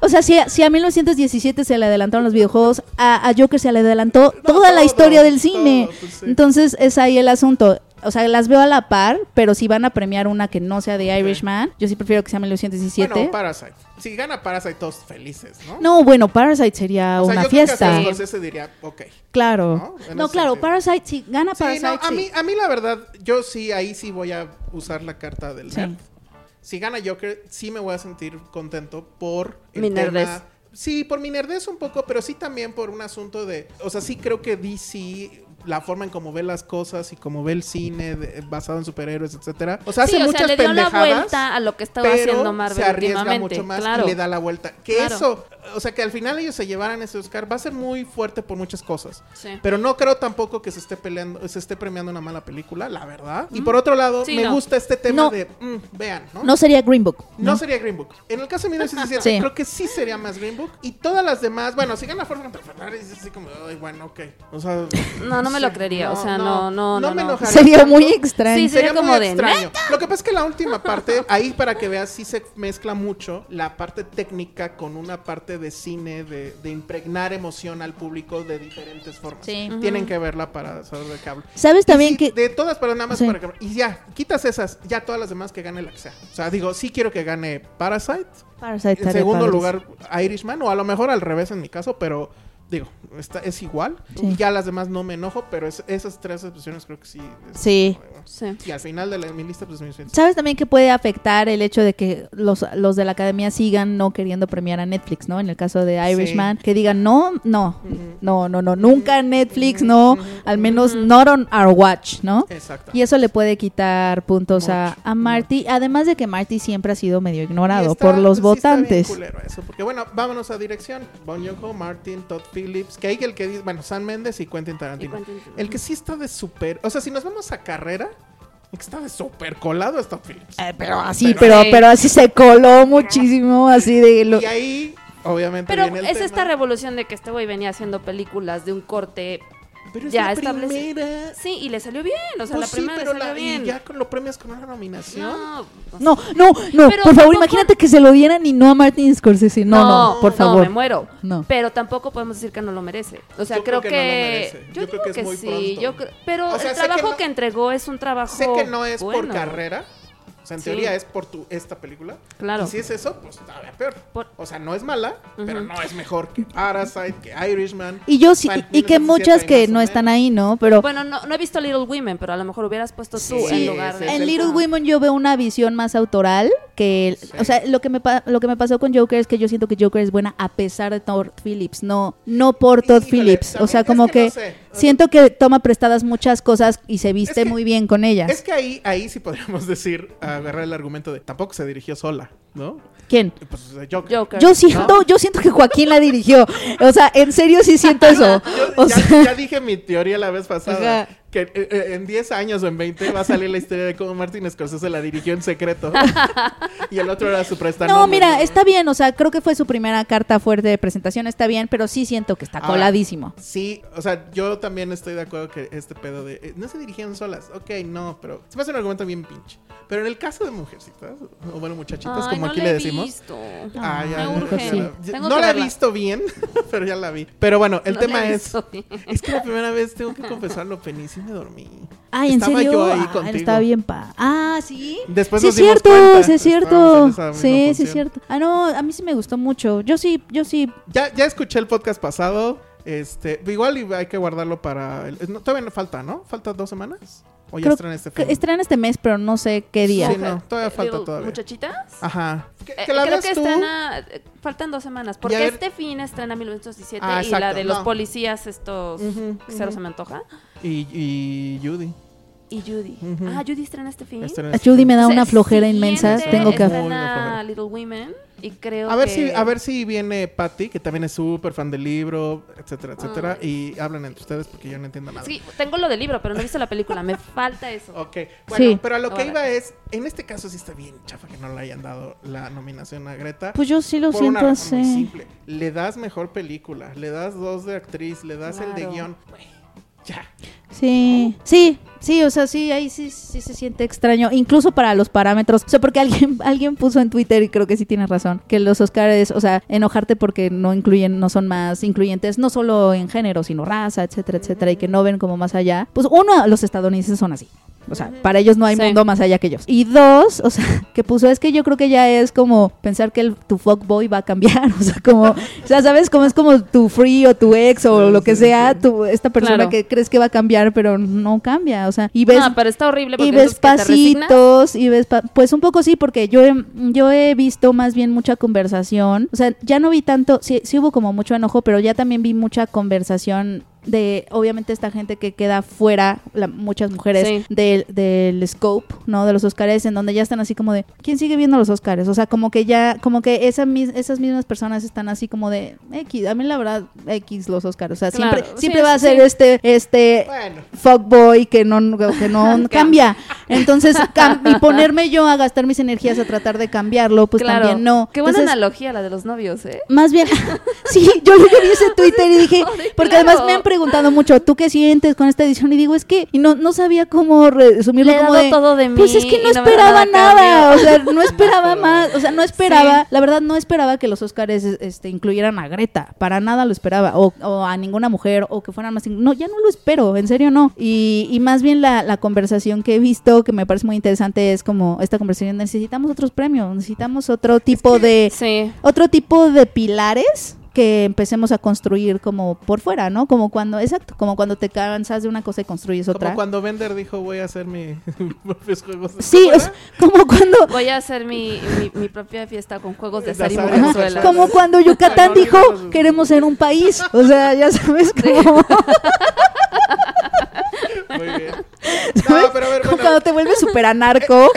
S4: o sea, si, a- si a 1917 se le adelantaron los videojuegos, a, a Joker se le adelantó toda la
S2: todo,
S4: historia del
S2: todo,
S4: cine.
S2: pues sí.
S4: Entonces es ahí el asunto. O sea, las veo a la par, pero si van a premiar una que no sea de Irishman, yo sí prefiero que sea 1917.
S2: Bueno, Parasite. Si gana Parasite, todos felices, ¿no?
S4: no, bueno, Parasite sería
S2: O sea,
S4: una
S2: yo creo que
S4: fiesta.
S2: hasta Scorsese diría, ok. ¿No?
S4: Claro. No,
S2: En ese
S4: claro,
S2: sentido.
S4: Parasite, si gana
S2: Sí,
S4: Parasite,
S2: no, a,
S4: sí.
S2: mí, a mí la verdad, yo sí, ahí sí voy a usar la carta del
S4: Sí.
S2: nerd. Si gana Joker, sí me voy a sentir contento por
S3: Mi nerdez.
S2: Sí, por mi nerdez un poco, pero sí también por un asunto de... O sea, sí creo que DC, la forma en cómo ve las cosas y cómo ve el cine de- basado en superhéroes, etcétera. O sea, hace
S3: Sí, o sea,
S2: muchas
S3: le dio la
S2: pendejadas,
S3: vuelta a lo que estaba
S2: pero
S3: haciendo Marvel
S2: se arriesga
S3: últimamente,
S2: mucho más
S3: claro.
S2: y le da la vuelta. Que
S3: Claro.
S2: eso... O sea, que al final ellos se llevaran ese Oscar va a ser muy fuerte por muchas cosas.
S3: Sí.
S2: Pero no creo tampoco que se esté peleando, se esté premiando una mala película, la verdad. Y por otro lado,
S3: Sí,
S2: me
S3: no.
S2: gusta este tema
S4: No.
S2: de mm, vean, ¿no?
S4: No sería Green Book.
S2: No sería Green Book. En el caso de 1917,
S4: Sí.
S2: creo que sí sería más Green Book. Y todas las demás, bueno, si gana Ford contra Ferrari, es así como, ay, bueno, ok. O sea,
S3: No, no me lo creería, o sea, no, no, no,
S2: me
S3: no.
S2: enojaría
S4: Sería
S2: tanto.
S4: muy extraño.
S3: Sí, sería
S2: Sería
S3: como
S2: muy
S3: de,
S2: extraño. Lo que pasa es que la última parte, ahí para que veas, sí se mezcla mucho la parte técnica con una parte de cine, de, de impregnar emoción al público de diferentes formas.
S4: Sí.
S2: Tienen que verla para saber de qué hablo.
S4: ¿Sabes también
S2: Y sí,
S4: que
S2: De todas, pero nada más
S4: Sí.
S2: para que... Y ya, quitas esas, ya todas las demás que gane la que sea. O sea, digo, sí quiero que gane Parasite.
S4: Parasite
S2: En
S4: estaría
S2: segundo
S4: padre.
S2: lugar, Irishman, o a lo mejor al revés en mi caso, pero digo, está, es igual.
S4: Sí.
S2: Ya las demás no me enojo, pero es- esas tres expresiones creo que sí. es-
S4: Sí.
S3: Sí.
S2: Y al final de la, mi lista, pues me siento-
S4: ¿Sabes también que puede afectar el hecho de que los, los de la academia sigan no queriendo premiar a Netflix, ¿no? En el caso de Irishman, que digan, no, no, no, no, no, nunca Netflix, no, al menos not on our watch, ¿no?
S2: Exacto.
S4: Y eso le puede quitar puntos a, a Marty, además de que Marty siempre ha sido medio ignorado
S2: Y está- pues,
S4: por los
S2: sí está bien
S4: votantes.
S2: culero eso, porque bueno, vámonos a dirección. Bon Joon-ho, Martin, Todd Phillips, que hay el que dice, bueno, San Méndez y Quentin Tarantino.
S3: Y Quentin Tarantino.
S2: el que sí está de súper, o sea, si nos vamos a carrera, el que está de súper colado es Todd Phillips.
S4: Eh, pero así, pero, pero así se coló muchísimo, así de lo-
S2: Y ahí, obviamente,
S3: Pero
S2: viene el
S3: es
S2: tema.
S3: esta revolución de que este güey venía haciendo películas de un corte.
S2: Pero es
S3: ya
S2: la
S3: establece-
S2: primera.
S3: Sí, y le salió bien. O sea,
S2: Pues
S3: la primera
S2: sí,
S3: le
S2: pero
S3: salió
S2: la- y
S3: bien. pues,
S2: ya con, lo premias con una nominación.
S3: No,
S4: No, no,
S3: Pero
S4: no, por favor,
S3: tampoco-
S4: imagínate que se lo dieran y no a Martin Scorsese. No, no, por
S3: No,
S4: favor.
S3: me muero.
S4: No.
S3: Pero tampoco podemos decir que no lo merece. O sea,
S2: Yo
S3: creo,
S2: creo que
S3: que.
S2: no lo merece.
S3: yo,
S2: Yo creo
S3: digo
S2: que
S3: que,
S2: es muy
S3: sí.
S2: pronto.
S3: yo creo- Pero
S2: O sea,
S3: el
S2: sé que
S3: trabajo que,
S2: no-
S3: entregó es un trabajo.
S2: Sé que no es por
S3: bueno.
S2: carrera. sea, en
S3: Sí.
S2: teoría es por tu esta película.
S3: Claro.
S2: Y si es eso, pues todavía peor.
S3: Por-
S2: O sea, no es mala, pero no es mejor que Parasite, que Irishman.
S4: Y yo sí,
S2: Pan-
S4: y, y
S2: 1917
S4: que muchas
S2: más
S4: que
S2: o
S4: no están
S2: menos.
S4: ahí, ¿no? Pero
S3: Bueno, no, no he visto Little Women, pero a lo mejor hubieras puesto tú
S2: Sí,
S3: en
S4: sí,
S3: lugar
S2: ese
S3: de.
S2: es
S4: en
S2: el
S4: Little
S2: tema.
S4: Women yo veo una visión más autoral que, el- o sea, lo que me pa- lo que me pasó con Joker es que yo siento que Joker es buena a pesar de Todd Phillips, no no por Todd
S2: Híjole,
S4: Phillips, o
S2: también,
S4: sea,
S2: es
S4: como
S2: que
S4: que,
S2: no sé.
S4: siento que toma prestadas muchas cosas y se viste
S2: que-
S4: muy bien con ellas.
S2: Es que ahí, ahí sí podríamos decir, agarrar el argumento de tampoco se dirigió sola, ¿no?
S4: ¿Quién?
S2: Pues eh, Joker.
S3: Joker.
S4: Yo siento,
S2: No.
S4: yo siento que Joaquín la dirigió. O sea, en serio sí siento eso.
S2: Yo-
S4: O
S2: ya,
S4: sea,
S2: ya dije mi teoría la vez pasada.
S4: Ajá.
S2: Que eh, eh, en 10 años o en 20 va a salir la historia de cómo Martin Scorsese la dirigió en secreto. y el otro era su prestanombres,
S4: no, mira, está bien, o sea, creo que fue su primera carta fuerte de presentación, está bien, pero sí siento que está
S2: Ahora,
S4: coladísimo.
S2: Sí, o sea, yo también estoy de acuerdo que este pedo de. eh, no se dirigieron solas. Ok, no, pero. Se me hace un argumento bien pinche. Pero en el caso de mujercitas, o bueno, muchachitas,
S3: Ay,
S2: como
S3: no
S2: aquí
S3: la
S2: le
S3: he
S2: decimos.
S3: visto.
S2: Ah, ya,
S3: Me
S2: ya,
S3: urge.
S2: ya la- ya-
S3: Tengo
S2: no
S3: que
S2: la he
S3: verla.
S2: visto bien, pero ya la vi. Pero bueno, el
S3: No la
S2: tema
S3: he
S2: es.
S3: visto bien.
S2: Es que la primera vez tengo que confesarlo, Penny, sí me dormí.
S4: Ay, en
S2: Estaba
S4: serio.
S2: yo ahí
S4: Ah,
S2: contigo.
S4: Estaba bien pa. Ah, sí.
S2: Después
S4: sí
S2: nos
S4: es
S2: dimos
S4: cierto,
S2: cuenta.
S4: sí es cierto.
S2: Estábamos en esa misma
S4: Sí, sí
S2: función.
S4: es cierto. Ah, no, a mí sí me gustó mucho. Yo sí, yo sí.
S2: Ya, ya escuché el podcast pasado. Este, igual y hay que guardarlo para. el- no, todavía no falta, ¿no? ¿Falta dos semanas? ¿O ya
S4: creo
S2: estrenan este
S4: que
S2: film?
S4: estrenan este mes, pero no sé qué día.
S2: Sí, no, todavía falta
S3: Little
S2: todavía.
S3: ¿Muchachitas?
S2: Ajá. Que,
S3: Eh,
S2: que la
S3: creo
S2: veas
S3: que
S2: tú.
S3: estrena, eh, faltan dos semanas, porque
S2: ver-
S3: este fin estrena 1917
S2: Ah,
S3: y la
S2: exacto,
S3: de los
S2: no.
S3: policías estos,
S2: Ujú,
S3: que cero
S2: ujú.
S3: se me antoja,
S2: Y, y Judy.
S3: y Judy.
S2: Ujú.
S3: Ah, Judy estrena este fin.
S2: Estrena
S4: A
S2: este
S4: Judy
S2: film.
S4: me da
S3: Se-
S4: una flojera
S3: siguiente
S4: inmensa.
S2: sí,
S4: Tengo que.
S2: es-
S3: estrena Little Women y creo
S2: A ver,
S3: que-
S2: si, a ver si viene Patty, que también es súper fan del libro, etcétera, etcétera. Y hablan entre ustedes porque yo no entiendo nada.
S3: Sí, tengo lo del libro, pero no he visto la película, me falta eso.
S2: Ok, bueno,
S4: Sí.
S2: pero a lo que
S3: Ahora.
S2: iba es, en este caso sí está bien, chafa, que no le hayan dado la nominación a Greta.
S4: Pues yo sí lo
S2: por una
S4: siento
S2: razón muy
S4: así.
S2: simple. Le das mejor película, le das dos de actriz, le das el de
S3: Claro.
S2: guión. Güey, Ya.
S4: Sí, sí, sí, o sea, sí, ahí sí, sí se siente extraño, incluso para los parámetros. O sea, porque alguien, alguien puso en Twitter, y creo que sí tienes razón, que los Oscars, o sea, enojarte porque no incluyen, no son más incluyentes, no solo en género, sino raza, etcétera, etcétera, y que no ven como más allá. Pues uno, los estadounidenses son así. O sea, para ellos no hay
S3: Sí.
S4: mundo más allá que ellos. Y dos, o sea, que puso es que yo creo que ya es como pensar que el, tu fuckboy va a cambiar. O sea, como, o sea, ¿sabes? Como es como tu free o tu ex o lo que sea, tu, esta persona
S3: Claro.
S4: que crees que va a cambiar, pero no cambia. O sea, y ves,
S3: no, pero está horrible porque
S4: y ves
S3: entonces que te resignas.
S4: pasitos, y ves... pa- pues un poco sí, porque yo he, yo he visto más bien mucha conversación. O sea, ya no vi tanto, sí, sí hubo como mucho enojo, pero ya también vi mucha conversación de, obviamente, esta gente que queda fuera, la- muchas mujeres,
S3: Sí.
S4: del, del scope, ¿no? De los Oscars, en donde ya están así como de, ¿quién sigue viendo los Oscars? O sea, como que ya, como que esa mis- esas mismas personas están así como de, X, a mí la verdad, X los Oscars. O sea,
S3: Claro,
S4: siempre,
S3: sí,
S4: siempre va a
S3: sí,
S4: ser
S3: sí.
S4: este, este,
S2: Bueno.
S4: fuckboy que no, que no cambia. Entonces, cam- y ponerme yo a gastar mis energías a tratar de cambiarlo, pues
S3: Claro.
S4: también no.
S3: Qué buena
S4: Entonces,
S3: analogía la de los novios, ¿eh?
S4: Más bien, sí, yo lo vi ese Twitter y dije,
S3: Joder,
S4: porque
S3: claro.
S4: además me han preguntado mucho, ¿tú qué sientes con esta edición? Y digo, es que y no, no sabía cómo resumirlo
S3: Le he
S4: como
S3: dado
S4: de,
S3: todo de
S4: pues
S3: mí
S4: es que
S3: y no
S4: no,
S3: me ha
S4: esperaba
S3: dado
S4: nada,
S3: cambio.
S4: o sea, no esperaba más, o sea, no esperaba, la verdad no esperaba que los Oscars este, incluyeran a Greta, para nada lo esperaba, o, o a ninguna mujer, o que fueran más, in- no, ya no lo espero, en serio no, y, y más bien la, la conversación que he visto, que me parece muy interesante, es como esta conversación, necesitamos otros premios, necesitamos otro tipo de
S3: Sí.
S4: otro tipo de pilares que empecemos a construir como por fuera, ¿no? Como cuando, exacto, como cuando te cansas de una cosa y construyes otra.
S2: Como cuando Bender dijo, voy a hacer mi, mis juegos. de
S4: sí,
S2: cámara.
S4: o sea, como cuando
S3: Voy a hacer mi, mi, mi propia fiesta con juegos de
S2: De
S3: azar y
S2: azar y
S3: mujerzuelas.
S2: mujerzuelas.
S4: como cuando Yucatán
S2: No, no,
S4: dijo
S2: no, no, no.
S4: queremos ser un país, o sea, ya sabes como,
S2: Muy bien. No, pero a ver,
S4: como
S2: bueno,
S4: cuando te vuelves súper anarco.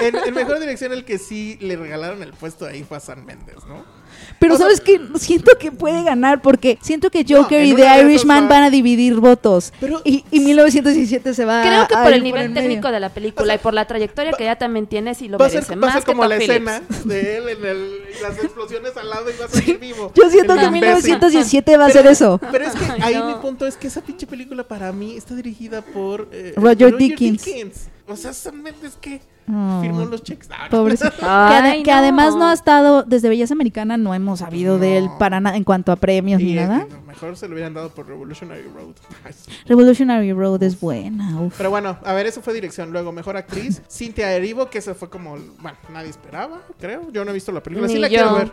S2: en, en mejor dirección el que sí le regalaron el puesto ahí fue a San Méndez, ¿no?
S4: Pero
S2: O sea-
S4: sabes que siento que puede ganar porque siento que Joker
S2: en
S4: y
S2: una de
S4: The
S2: esas
S4: Irishman
S2: va-
S4: van a dividir votos
S2: Pero-
S4: y, y 1917 se va.
S3: Creo que
S4: a
S3: por
S4: ir
S3: el nivel
S4: medio.
S3: técnico de la película
S2: O sea,
S3: y por la trayectoria
S2: va-
S3: que ya también tiene, sí lo
S2: Va a ser,
S3: merece.
S2: va a
S3: Más
S2: ser
S3: que
S2: como
S3: Todd
S2: la
S3: Phillips.
S2: escena de él en el- las explosiones al lado y va a salir vivo.
S4: Yo siento
S2: El
S3: Ah,
S4: que
S2: imbécil.
S4: 1917 va a ser eso.
S2: Pero es que
S3: Ay,
S2: ahí
S3: no.
S2: mi punto es que esa pinche película para mí está dirigida por eh,
S4: Roger Dickens.
S2: O sea, Sam Mendes que
S4: No.
S2: firmó los cheques. Ah, no.
S4: Pobrecito. que,
S3: Ay,
S4: ade- que
S3: no.
S4: además no ha estado, desde Belleza Americana no hemos sabido de él
S2: No.
S4: para nada en cuanto a premios
S2: Y
S4: ni
S2: es
S4: nada.
S2: que no, mejor mejor se lo hubieran dado por Revolutionary Road.
S4: Revolutionary Road es buena. uf.
S2: Pero bueno, a ver, eso fue dirección. Luego, mejor actriz, Cintia Erivo, que eso fue como, bueno, nadie esperaba, creo. Yo no he visto la película, sí
S3: Ni
S2: la
S3: yo.
S2: quiero ver.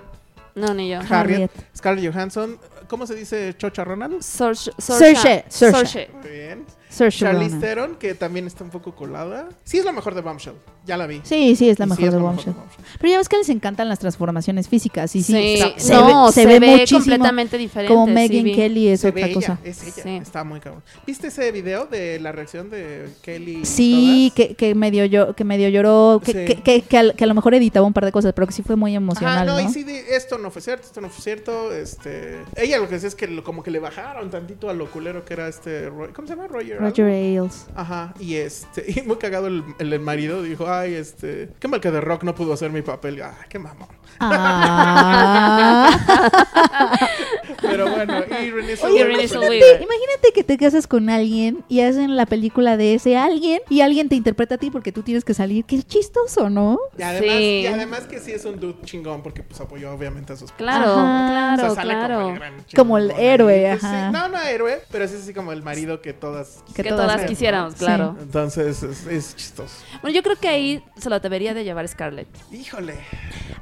S3: No, ni yo.
S2: Harriet,
S4: Harriet.
S2: Scarlett Johansson, ¿cómo se dice Chocha Ronald?
S3: Sorche.
S4: Saoirse, Saoirse.
S2: Muy bien.
S4: Saoirse
S2: Charlize
S4: Ronan.
S2: Theron, que también está un poco colada. Sí es la mejor de Bombshell, ya la vi.
S4: Sí, sí, es la
S2: Sí,
S4: mejor
S2: es la
S4: de
S2: mejor
S4: Bombshell.
S2: de Bombshell.
S4: Pero ya ves que les encantan las transformaciones físicas. Y sí,
S3: Sí,
S4: se- se,
S3: no,
S4: ve, se ve muchísimo.
S3: completamente diferente.
S4: Como
S3: sí,
S4: Megan
S3: vi.
S4: Kelly es
S2: Se
S4: otra
S2: ve
S4: cosa.
S2: Ella, es ella,
S3: Sí.
S2: está muy cabrón. ¿Viste ese video de la reacción de Kelly? y
S4: Sí,
S2: todas?
S4: que, que medio llo- que medio lloró, que,
S2: Sí.
S4: que, que- que al- que a, lo mejor editaba un par de cosas, pero que sí fue muy
S2: Ajá,
S4: emocional,
S2: no,
S4: ¿no?
S2: y sí, de- esto no fue cierto, esto no fue cierto. Este, ella lo que decía es que lo- como que le bajaron tantito a lo culero que era este. Roy- ¿Cómo se llama? Roger. algo.
S4: Roger Ailes.
S2: Ajá, y este, y muy cagado el, el, el marido dijo, ay, este, qué mal que The Rock no pudo hacer mi papel, ah, qué mamón.
S4: Ah.
S2: Pero bueno, y Renée
S3: Oye,
S2: Zellweger,
S3: Renée
S2: pues,
S3: Zellweger.
S4: imagínate, imagínate que te casas con alguien y hacen la película de ese alguien y alguien te interpreta a ti porque tú tienes que salir. Qué chistoso, ¿no?
S2: Y además,
S3: Sí.
S2: y además que sí es un dude chingón porque pues apoyó obviamente a sus
S3: Claro,
S4: Ajá.
S2: O
S3: claro,
S2: sea, sale como
S3: claro.
S2: el gran
S4: Como el
S2: chingón
S4: héroe,
S2: ahí. Pues, sí,
S4: ajá.
S2: no, no héroe, pero sí es así como el marido que todas...
S3: Que,
S4: Que
S3: todas,
S4: todas
S2: ven,
S3: quisiéramos,
S4: ¿no?
S3: claro.
S2: Entonces es, es chistoso.
S3: Bueno, yo creo que ahí se lo debería de llevar Scarlett.
S2: Híjole.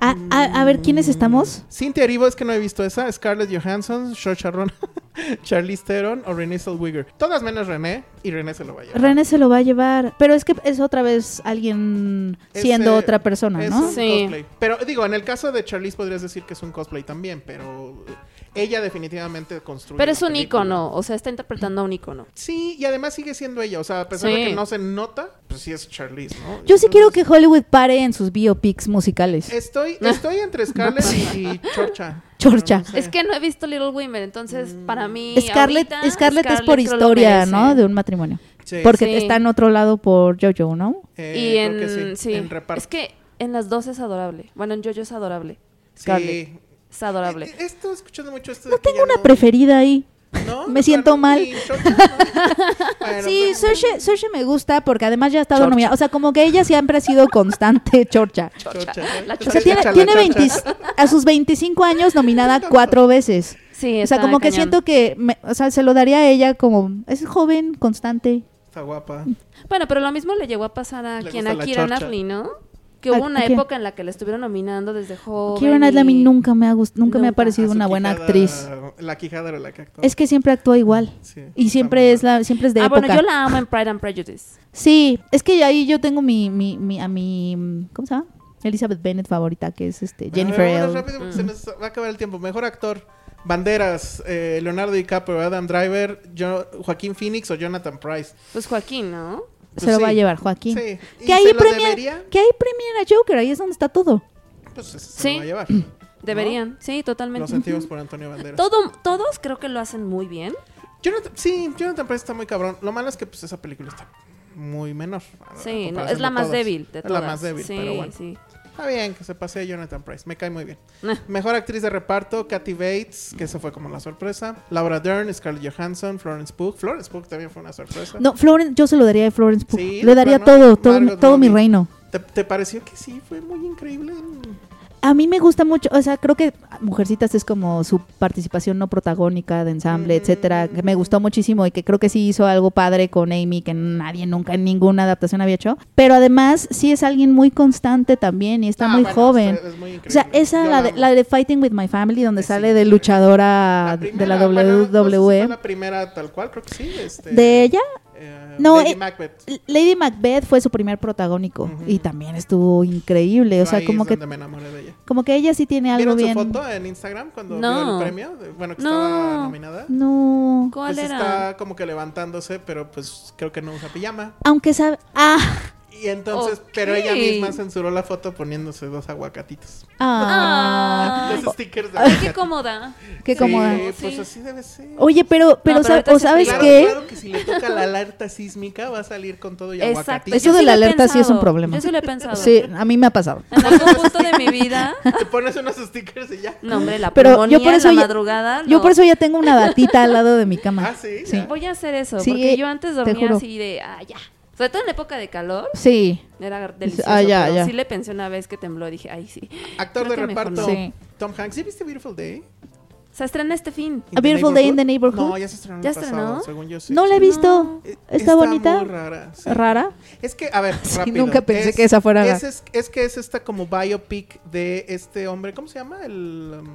S4: A, Ah, a- a ver, ¿quiénes estamos?
S2: Cintia Erivo es que no he visto esa. Scarlett Johansson, Saoirse Ronan, Charlize Theron o Renée Zellweger. Todas menos René y René se lo va a llevar.
S4: René se lo va a llevar. Pero es que es otra vez alguien
S2: Es,
S4: siendo
S2: eh,
S4: otra persona,
S2: es
S4: ¿no?
S2: un
S3: Sí.
S2: cosplay. Pero digo, en el caso de Charlize podrías decir que es un cosplay también, pero ella definitivamente construye.
S3: Pero
S2: la
S3: es un
S2: película.
S3: ícono, o sea, está interpretando a un ícono.
S2: Sí, y además sigue siendo ella. O sea, a pesar de
S3: Sí.
S2: que no se nota, pues sí es Charlize, ¿no?
S4: Yo sí
S2: Entonces,
S4: quiero que Hollywood pare en sus biopics musicales.
S2: Estoy, estoy entre Scarlett y Chorcha.
S4: Chorcha.
S2: No sé.
S3: Es que no he visto Little Women, entonces
S2: Mm.
S3: para mí.
S4: Scarlett,
S3: ahorita,
S4: Scarlett es por
S3: creo lo
S4: historia,
S3: merece.
S4: ¿no? De un matrimonio.
S2: Sí,
S4: Porque
S3: Sí.
S4: está en otro lado por Jojo, ¿no?
S2: eh,
S3: y
S2: creo
S3: en,
S2: que sí,
S3: sí.
S2: en reparto.
S3: Es que en las dos es adorable. Bueno, en Jojo es adorable. Scarlett
S2: Sí.
S3: es adorable.
S2: Eh, eh, Estoy escuchando mucho esto.
S4: No tengo una preferida ahí.
S2: ¿No?
S4: Me siento mal.
S2: Ni Chorcha, no. Bueno,
S4: Sí,
S2: pues,
S4: Saoirse Saoirse me gusta porque además ya ha estado
S3: Chorcha.
S4: nominada. O sea, como que ella siempre ha sido constante Chorcha.
S2: Chorcha, ¿no?
S3: La
S4: O sea,
S3: Chorcha.
S4: tiene,
S2: Chorcha, ¿eh? la
S4: tiene
S2: Chorcha.
S4: 20 a sus 25 años nominada cuatro
S2: eh.
S4: veces.
S3: Sí,
S4: o sea,
S3: está
S4: como que
S3: cañón.
S4: siento que, me- o sea, se lo daría a ella como, es joven, constante.
S2: Está guapa.
S3: Bueno, pero lo mismo le llegó a pasar a
S2: Le
S3: quien
S2: gusta
S3: a
S2: la
S3: Kieran
S2: chorcha.
S3: Knightley, ¿no? Que
S4: ¿A-
S3: hubo una
S4: a quién?
S3: época en la que la estuvieron nominando desde joven.
S4: Kieran Knightley a mí
S3: y-
S4: nunca me ha gust- nunca me ha
S3: Nunca.
S4: parecido
S2: Ah, Su
S4: una buena
S2: quijada-
S4: actriz.
S2: La quijada era la que actuaba.
S4: Es que siempre actúa igual.
S2: Sí,
S4: y
S2: está
S4: siempre
S2: muy
S4: es la siempre es de
S3: ah,
S4: época.
S3: bueno, yo la amo en Pride and Prejudice.
S4: Sí, es que ahí yo tengo mi, mi, mi- a mi ¿cómo se llama? Elizabeth Bennett favorita, que es este
S2: Ah, Bueno,
S4: Jennifer.
S2: vámonos
S4: L.
S2: rápido porque
S3: Mm.
S2: se nos va a acabar el tiempo. Mejor actor. Banderas, eh, Leonardo DiCaprio, Adam Driver, Jo- Joaquín Phoenix o Jonathan Price.
S3: Pues Joaquín, ¿no?
S4: se
S2: Pues
S4: lo va a
S2: sí.
S4: llevar Joaquín.
S2: Sí. ¿Y
S4: Que ahí
S2: se lo
S4: premia,
S2: debería?
S4: que ahí premia a Joker, ahí es donde está todo.
S2: Pues ese se
S3: Sí.
S2: lo va a llevar.
S3: Deberían. Sí,
S2: ¿no? Los
S3: totalmente.
S2: antiguos por Antonio Banderas.
S3: Todo, todos creo que lo hacen muy bien.
S2: Jonathan, sí, Jonathan Price está muy cabrón. Lo malo es que pues, esa película está muy menor. a la
S3: Sí, no,
S2: comparación
S3: es la
S2: Ah, de
S3: más
S2: todas.
S3: débil de
S2: Es
S3: todas.
S2: la más débil,
S3: sí,
S2: pero bueno. Pues
S3: sí.
S2: Está bien que se pase a Jonathan Price, me cae muy bien.
S4: Ah.
S3: Nah.
S2: Mejor actriz de reparto, Kathy Bates, que eso fue como la sorpresa. Laura Dern, Scarlett Johansson, Florence Pugh. Florence Pugh también fue una sorpresa.
S4: No, Florence, yo se lo daría a Florence Pugh.
S2: Sí,
S4: Le daría
S2: bueno,
S4: todo, todo,
S2: Margot
S4: todo mi
S2: Robbie.
S4: reino.
S2: ¿Te, te pareció que sí? Fue muy increíble.
S4: A mí me gusta mucho, o sea, creo que Mujercitas es como su participación no protagónica de ensamble, etcétera, que me gustó muchísimo y que creo que sí hizo algo padre con Amy que nadie nunca en ninguna adaptación había hecho. Pero además sí es alguien muy constante también y está
S2: Ah,
S4: muy
S2: bueno,
S4: joven.
S2: está- es muy
S4: o sea,
S2: increíble.
S4: esa
S2: Yo
S4: la
S2: la
S4: de,
S2: amo.
S4: la de Fighting with My Family, donde
S2: Es
S4: sale de
S2: increíble.
S4: luchadora de la
S2: primera,
S4: WWE.
S2: bueno, no sé si fue la primera tal cual, creo que sí. Este,
S4: ¿De ella?
S2: eh,
S4: No,
S2: Lady
S4: eh,
S2: Macbeth.
S4: L- Lady Macbeth fue su primer protagónico y también estuvo increíble. O
S2: Yo
S4: sea,
S2: ahí
S4: como
S2: es
S4: que,
S2: donde me enamoré de ella.
S4: como que ella sí tiene algo
S2: ¿Vieron
S4: bien.
S2: su foto en Instagram cuando
S3: No.
S2: vio el premio? De- Bueno, que
S3: No.
S2: estaba nominada.
S4: No.
S3: ¿Cuál
S2: Pues
S3: era?
S2: está como que levantándose, pero pues creo que no usa pijama.
S4: Aunque sabe. Ah.
S2: Y entonces,
S3: Ok.
S2: pero ella misma censuró la foto poniéndose dos aguacatitos.
S4: Ah.
S3: Ay.
S2: Dos stickers de
S3: Ay, qué
S2: aguacate.
S3: cómoda.
S4: Qué
S2: Sí,
S4: cómoda.
S2: Pues
S3: Sí.
S2: así debe ser.
S4: Oye, pero, pero,
S3: pero
S4: sa-
S3: ahorita
S4: o
S3: se
S4: sabes
S2: claro,
S4: qué?
S2: claro que si le toca la alerta sísmica va a salir con todo y aguacatito.
S4: Eso
S3: Yo
S4: de la
S3: lo he
S4: alerta sí es un
S3: pensado.
S4: problema.
S3: Yo sí lo he pensado.
S4: Sí, a mí me ha pasado.
S3: En algún punto de mi vida.
S2: Te pones unos stickers y ya.
S3: No, hombre, la
S4: Pero
S3: pulmonía
S4: yo por
S3: en
S4: eso
S3: la
S4: ya,
S3: madrugada.
S4: yo
S3: no.
S4: por eso ya tengo una batita al lado de mi cama.
S2: Ah, sí.
S4: Sí.
S2: ya.
S3: Voy a hacer eso,
S4: Sí,
S3: porque yo antes
S4: te
S3: dormía
S4: juro.
S3: así de, ah, ya. Sobre todo en época de calor,
S4: Sí.
S3: era delicioso.
S4: Ah, ya,
S3: pero
S4: ya.
S3: sí le pensé una vez que tembló, dije, ay, sí.
S2: Actor
S3: Creo
S2: de
S3: que mejor
S2: reparto.
S4: no. Sí.
S2: Tom Hanks. ¿Sí viste Beautiful Day?
S3: Se estrena este fin.
S2: In the
S4: A Beautiful Day in the Neighborhood.
S2: No, ya se estrenó. el
S3: ¿Ya
S2: pasado,
S3: estrenó?
S2: Según yo sí.
S4: No la he
S3: No.
S4: visto.
S2: Eh,
S4: ¿Está, bonita?
S2: muy rara. sí.
S4: ¿Rara?
S2: Es que, a ver,
S4: Sí,
S2: rápido.
S4: nunca pensé que esa fuera la-
S2: Es, es, es que es esta como biopic de este hombre, ¿cómo se llama? El... um,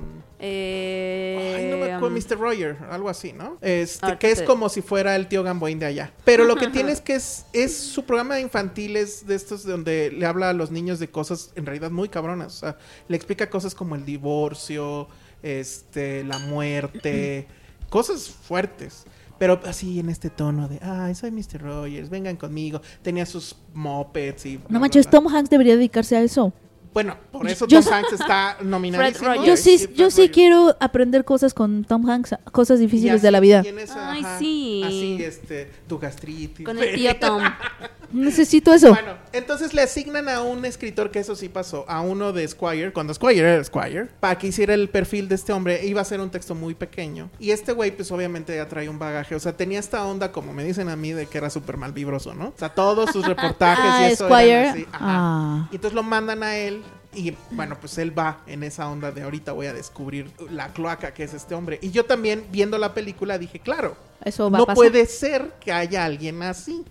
S3: Eh,
S2: Ay, no me acuerdo, Mr. Roger, algo así, ¿no? Este,
S3: Ah,
S2: que es
S3: sí.
S2: como si fuera el tío Gamboín de allá. Pero lo que tiene es que es, es su programa de infantiles de estos donde le habla a los niños de cosas en realidad muy cabronas. O sea, le explica cosas como el divorcio, este, la muerte, cosas fuertes. Pero así en este tono de, ay, soy Mr. Rogers, vengan conmigo. Tenía sus mopeds y... bla, bla,
S4: No manches,
S2: bla.
S4: Tom Hanks debería dedicarse a eso.
S2: Bueno, por eso
S4: Yo-
S2: Tom Hanks está nominado.
S3: Rogers.
S4: Yo sí,
S2: Fred
S4: yo sí
S2: Rogers.
S4: quiero aprender cosas con Tom Hanks, cosas
S2: Y
S4: difíciles
S2: así
S4: de la vida.
S2: tienes,
S3: Ay, sí.
S2: Así, este, tu gastritis.
S3: Con el tío Tom.
S4: Necesito eso.
S2: Bueno, entonces le asignan a un escritor, que eso sí pasó, a uno de Squire, cuando Squire era Squire, para que hiciera el perfil de este hombre, iba a ser un texto muy pequeño. Y este güey, pues obviamente ya trae un bagaje, o sea, tenía esta onda, como me dicen a mí, de que era súper mal vibroso, ¿no? O sea, todos sus reportajes
S4: Ah,
S2: y eso
S4: Squire.
S2: eran así. ajá.
S4: Ah.
S2: Y entonces lo mandan a él. Y bueno, pues él va en esa onda de ahorita voy a descubrir la cloaca que es este hombre. Y yo también, viendo la película, dije, claro,
S4: Eso va
S2: no
S4: a pasar.
S2: puede ser que haya alguien así.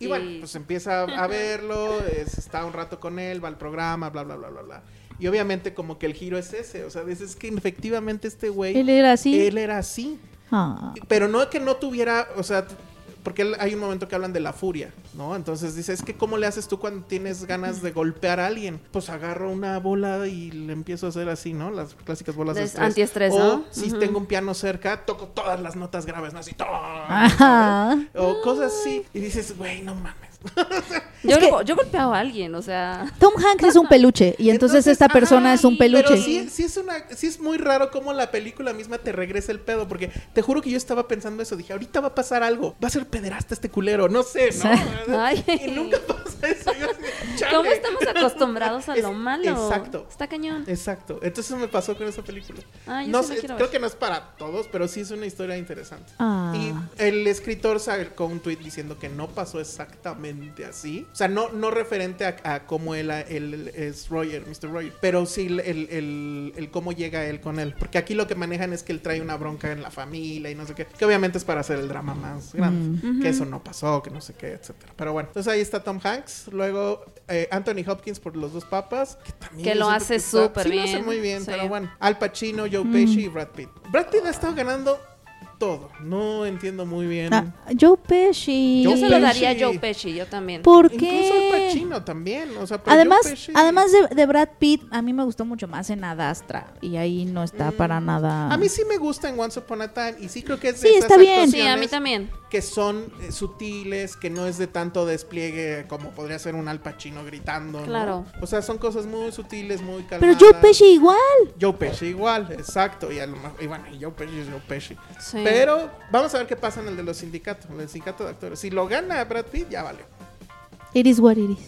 S2: Y
S3: Sí.
S2: bueno, pues empieza a verlo, es- está un rato con él, va al programa, bla, bla, bla, bla, bla. Y obviamente como que el giro es ese, o sea, dices que efectivamente este güey,
S4: Él era así.
S2: él era así.
S4: Ah.
S2: Pero no que no tuviera, o sea, t- porque él- hay un momento que hablan de la furia, ¿no? Entonces dice, es que ¿cómo le haces tú cuando tienes ganas de golpear a alguien? Pues agarro una bola y le empiezo a hacer así, ¿no? Las clásicas bolas de
S3: Des-
S2: estrés.
S3: antiestrés,
S2: o
S3: ¿no?
S2: si
S3: Ujú.
S2: tengo un piano cerca, toco todas las notas graves, ¿no? Así, ¡tum!
S4: Ajá.
S2: ¿sabes? O cosas así. Y dices, güey, no mames.
S3: Yo,
S4: Es que-
S3: go- yo he golpeado a alguien, o sea.
S4: Tom Hanks es un peluche y entonces,
S2: Entonces,
S4: esta persona es un
S3: ay,
S4: peluche.
S2: Pero sí, sí es una, sí es muy raro cómo la película misma te regresa el pedo, porque te juro que yo estaba pensando eso, dije, ahorita va a pasar algo, va a ser pederasta este culero, no sé, ¿no?
S3: Ay.
S2: Y nunca pasa eso. yo así de, "Chale".
S3: ¿Cómo estamos acostumbrados a
S2: Es-
S3: lo malo?
S2: Exacto.
S3: Está cañón.
S2: Exacto. Entonces me pasó con esa película.
S3: Ah, yo
S2: no
S3: sí la
S2: sé,
S3: quiero
S2: creo
S3: ver.
S2: que no es para todos, pero sí es una historia interesante.
S4: Ah.
S2: Y el escritor sacó un tweet diciendo que no pasó exactamente así. O sea, no, no referente a, a cómo él, a- él es Roger, Mr. Roger, pero sí el, el- el- el cómo llega él con él. Porque aquí lo que manejan es que él trae una bronca en la familia y no sé qué. Que obviamente es para hacer el drama más grande. Que eso no pasó, que no sé qué, etcétera. Pero bueno, entonces ahí está Tom Hanks. Luego eh, Anthony Hopkins por Los Dos Papas. Que también
S3: Que lo
S2: yo siento
S3: hace
S2: está-
S3: súper
S2: sí, lo hace
S3: bien,
S2: muy bien,
S3: sí. Mm.
S2: pero bueno. Al Pacino, Joe Pesci y Brad Pitt. Brad Pitt ha estado ganando todo. No entiendo muy bien.
S4: Ah, Joe Pesci.
S2: Joe
S3: Yo se lo
S2: Pesci.
S3: daría a Joe Pesci, yo también.
S4: ¿Por
S2: Incluso Al
S4: qué?
S2: Pacino también. O sea, pero
S4: Además,
S2: Joe Pesci-
S4: además de, de Brad Pitt, a mí me gustó mucho más en Adastra y ahí no está
S3: Mm.
S4: para nada.
S2: A mí sí me gusta en Once Upon a Time y sí creo que es de
S4: Sí,
S2: esas
S4: está bien.
S3: Sí, a mí
S2: actuaciones
S3: también.
S2: que son eh, sutiles, que no es de tanto despliegue como podría ser un Al Pacino gritando. ¿no?
S3: Claro.
S2: O sea, son cosas muy sutiles, muy
S4: Pero
S2: calmadas.
S4: Joe Pesci igual.
S2: Joe Pesci igual, exacto. Y, a lo mejor- y bueno, y Joe Pesci es Joe Pesci.
S3: Sí.
S2: Pero vamos a ver qué pasa en el de los sindicatos, en el sindicato de actores. Si lo gana Brad Pitt, ya vale.
S4: It is what it is.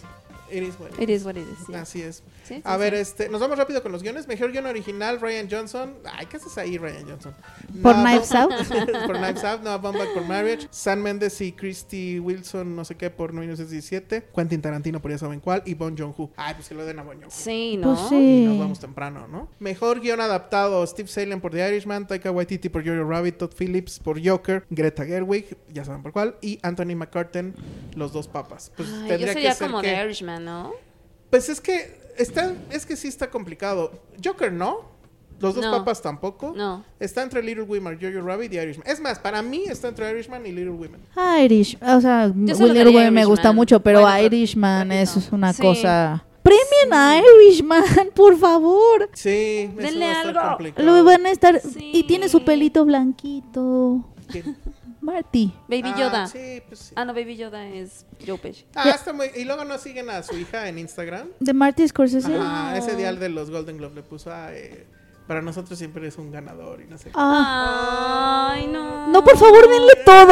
S2: Iris, bueno.
S3: It is what it is, sí.
S2: Así es.
S3: Sí, sí,
S2: a
S3: sí.
S2: ver, este, nos vamos rápido con los guiones. Mejor guión original, Ryan Johnson. Ay, ¿qué haces ahí, Ryan Johnson?
S4: Por
S2: Noah
S4: Knives
S2: Baumbach-
S4: Out.
S2: por Knives Out, Noah Baumbach por Marriage. Sam Mendes y Christy Wilson, no sé qué, por 1917. Quentin Tarantino, por ya saben cuál. Y Bon Joon-ho. Ay, pues que lo den a Bon Joon-ho.
S3: Sí, ¿no?
S4: Pues
S2: Y
S4: sí.
S2: nos vamos temprano, ¿no? Mejor guión adaptado: Steve Salem por The Irishman, Taika Waititi por Jojo Rabbit, Todd Phillips por Joker, Greta Gerwig, ya saben por cuál, y Anthony McCartan, Los Dos Papas. Pues
S3: Ay, yo
S2: tendría
S3: sería
S2: que ser
S3: como
S2: que-
S3: The Irishman, ¿no?
S2: Pues es que, está, es que sí está complicado. Joker no, Los Dos
S3: No.
S2: Papas tampoco.
S3: No.
S2: Está entre Little Women, Jojo Rabbit y Irishman. Es más, para mí está entre Irishman y Little Women.
S4: Ah, Irish, o sea,
S3: se lo
S4: Will
S3: daría a
S4: me gusta
S3: Irishman.
S4: mucho, pero
S3: Bueno, pero-
S4: Irishman
S3: ratito.
S4: es una
S3: Sí.
S4: cosa. Premien a Irishman, por favor.
S2: Sí, eso va
S3: Denle
S2: a estar
S3: algo.
S2: complicado.
S4: Lo van a estar
S3: Sí.
S4: y tiene su pelito blanquito.
S2: ¿Quién?
S4: Marty.
S3: Baby
S2: Ah,
S3: Yoda.
S2: sí, pues sí.
S3: Ah, no, Baby Yoda es Joe Pesci.
S2: Ah, está muy... Y luego no siguen a su hija en Instagram.
S4: De Marty Scorsese.
S2: Ah, ese dial de los Golden Globe le puso ah, eh, para nosotros siempre es un ganador y no sé. qué.
S4: Ah.
S3: Ay, no.
S4: No, por favor, denle todo.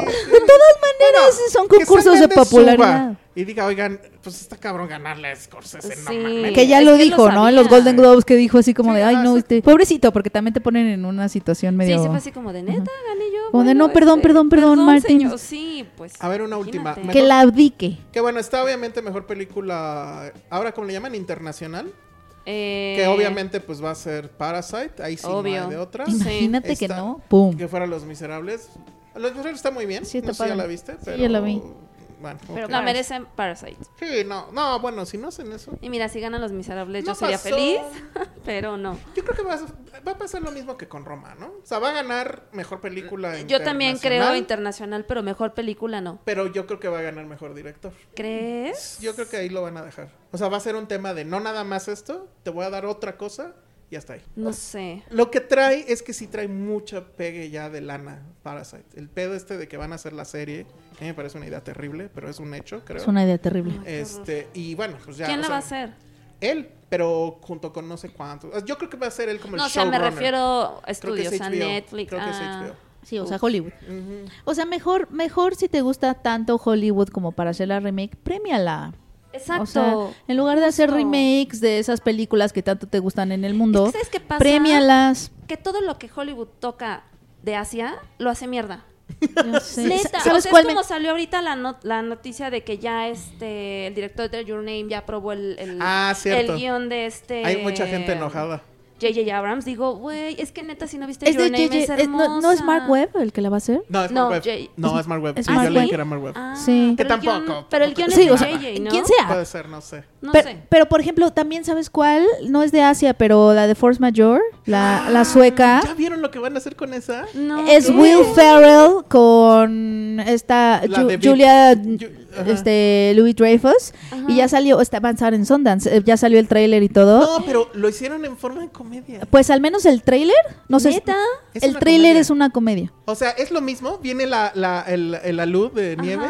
S4: De todas maneras, son
S2: Que Sam
S4: concursos de
S2: Mendes
S4: popularidad.
S2: suba Y diga, oigan, pues está cabrón ganarle a Scorsese, no
S3: Sí.
S2: mames.
S4: Que ya
S3: Es
S4: lo
S3: que él
S4: dijo,
S3: lo
S4: ¿no? En los
S3: sabía.
S4: Golden Globes que dijo así como
S2: Sí,
S4: de, ay,
S2: ah,
S4: no,
S2: sí.
S4: este, pobrecito, porque también te ponen en una situación
S3: Sí,
S4: medio...
S3: se fue así como de neta, gané yo. este,
S4: Como de, no, perdón, perdón, perdón, Martín.
S3: señor. Sí, pues.
S2: A ver, una última.
S3: imagínate.
S4: que la abdique.
S2: Que bueno, está obviamente mejor película, ahora como le llaman, internacional.
S3: Eh,
S2: Que obviamente pues va a ser Parasite, ahí sí no hay
S3: Obvio.
S2: de otra.
S3: Sí.
S4: Imagínate que
S2: Está-
S4: no. ¡Pum!
S2: Que fuera Los Miserables. Los Miserables está muy bien.
S4: Sí, está
S2: no sé si ya
S4: padre.
S2: la viste,
S4: Sí,
S2: pero...
S4: ya la vi.
S2: Bueno,
S3: Pero
S2: ok.
S3: la merecen Parasite.
S2: Sí, no, no, bueno, si no hacen eso...
S3: Y mira, si ganan los miserables,
S2: No
S3: yo sería
S2: pasó.
S3: feliz, pero no.
S2: Yo creo que va a, va a pasar lo mismo que con Roma, ¿no? O sea, va a ganar mejor película
S3: Yo también creo
S2: internacional,
S3: internacional, pero mejor película no.
S2: Pero yo creo que va a ganar mejor director.
S3: ¿Crees?
S2: Yo creo que ahí lo van a dejar. O sea, va a ser un tema de no nada más esto, te voy a dar otra cosa y hasta ahí.
S3: No sé.
S2: Lo que trae es que sí trae mucha pegue ya de lana Parasite. El pedo este de que van a hacer la serie, que a mí me parece una idea terrible, pero es un hecho, creo.
S4: Es una idea terrible.
S2: Este, y bueno, pues ya.
S3: ¿Quién
S2: o
S3: la
S2: sea,
S3: va a hacer?
S2: Él, pero junto con no sé cuántos. Yo creo que va a ser él como
S3: No,
S2: el
S3: o sea, me
S2: showrunner.
S3: refiero a
S2: Creo que es
S3: estudios, a
S2: HBO,
S3: Netflix.
S2: Creo que es
S3: a-
S2: HBO.
S4: Sí, o sea, Hollywood. O sea, mejor, mejor si te gusta tanto Hollywood como para hacer la remake, premiala.
S3: Exacto.
S4: O sea, en lugar de hacer
S3: Justo.
S4: remakes de esas películas que tanto te gustan en el mundo,
S3: Es que ¿sabes qué pasa?
S4: premialas.
S3: Que todo lo que Hollywood toca de Asia lo hace mierda.
S4: Yo sé.
S3: Neta,
S4: ¿Sabes
S3: o sea,
S4: cuál
S3: es
S4: me-
S3: como salió ahorita la, no- la noticia de que ya este el director de Your Name ya aprobó el, el,
S2: Ah, cierto.
S3: el guión de este
S2: Hay mucha gente enojada.
S3: JJ Abrams, digo, güey, es que neta si no viste
S4: Es
S3: Your
S4: de
S3: Name
S4: JJ,
S3: es
S4: es- no, no es Mark
S3: hermosa.
S4: Webb el que la va a hacer?
S2: No, es
S3: No,
S2: Mark Webb.
S3: Jay-
S2: No, es Mark Webb.
S4: ¿es
S2: Yo
S4: Mark
S2: leí
S4: Webb?
S2: que era Mark Webb.
S3: Ah,
S4: Sí.
S3: pero
S2: Que
S3: el guión-
S2: tampoco,
S3: pero el guión
S2: tampoco
S3: es
S4: Sí,
S3: de
S4: o sea,
S3: JJ, ¿no?
S4: quien sea.
S2: Puede ser, no sé.
S3: No
S4: pero,
S3: sé.
S4: pero, por ejemplo, también sabes cuál, no es de Asia, pero la de Force Major, la, la sueca,
S2: ¿Ya vieron lo que van a hacer con esa?
S3: Ah, No,
S4: es
S3: ¿qué?
S4: Will Ferrell con esta
S2: La
S4: Ju-
S2: de Vic.
S4: Julia
S2: Ju- ajá.
S4: este Louis Dreyfus y ya salió, está avanzar en Sundance, eh, ya salió el tráiler y todo.
S2: No, pero lo hicieron en forma de comedia.
S4: Pues al menos el tráiler, no sé,
S3: ¿Neta?
S2: Es
S4: el
S2: una
S4: tráiler
S2: comedia.
S4: es una comedia.
S2: O sea, es lo mismo. Viene la, la, el, el alud de nieve.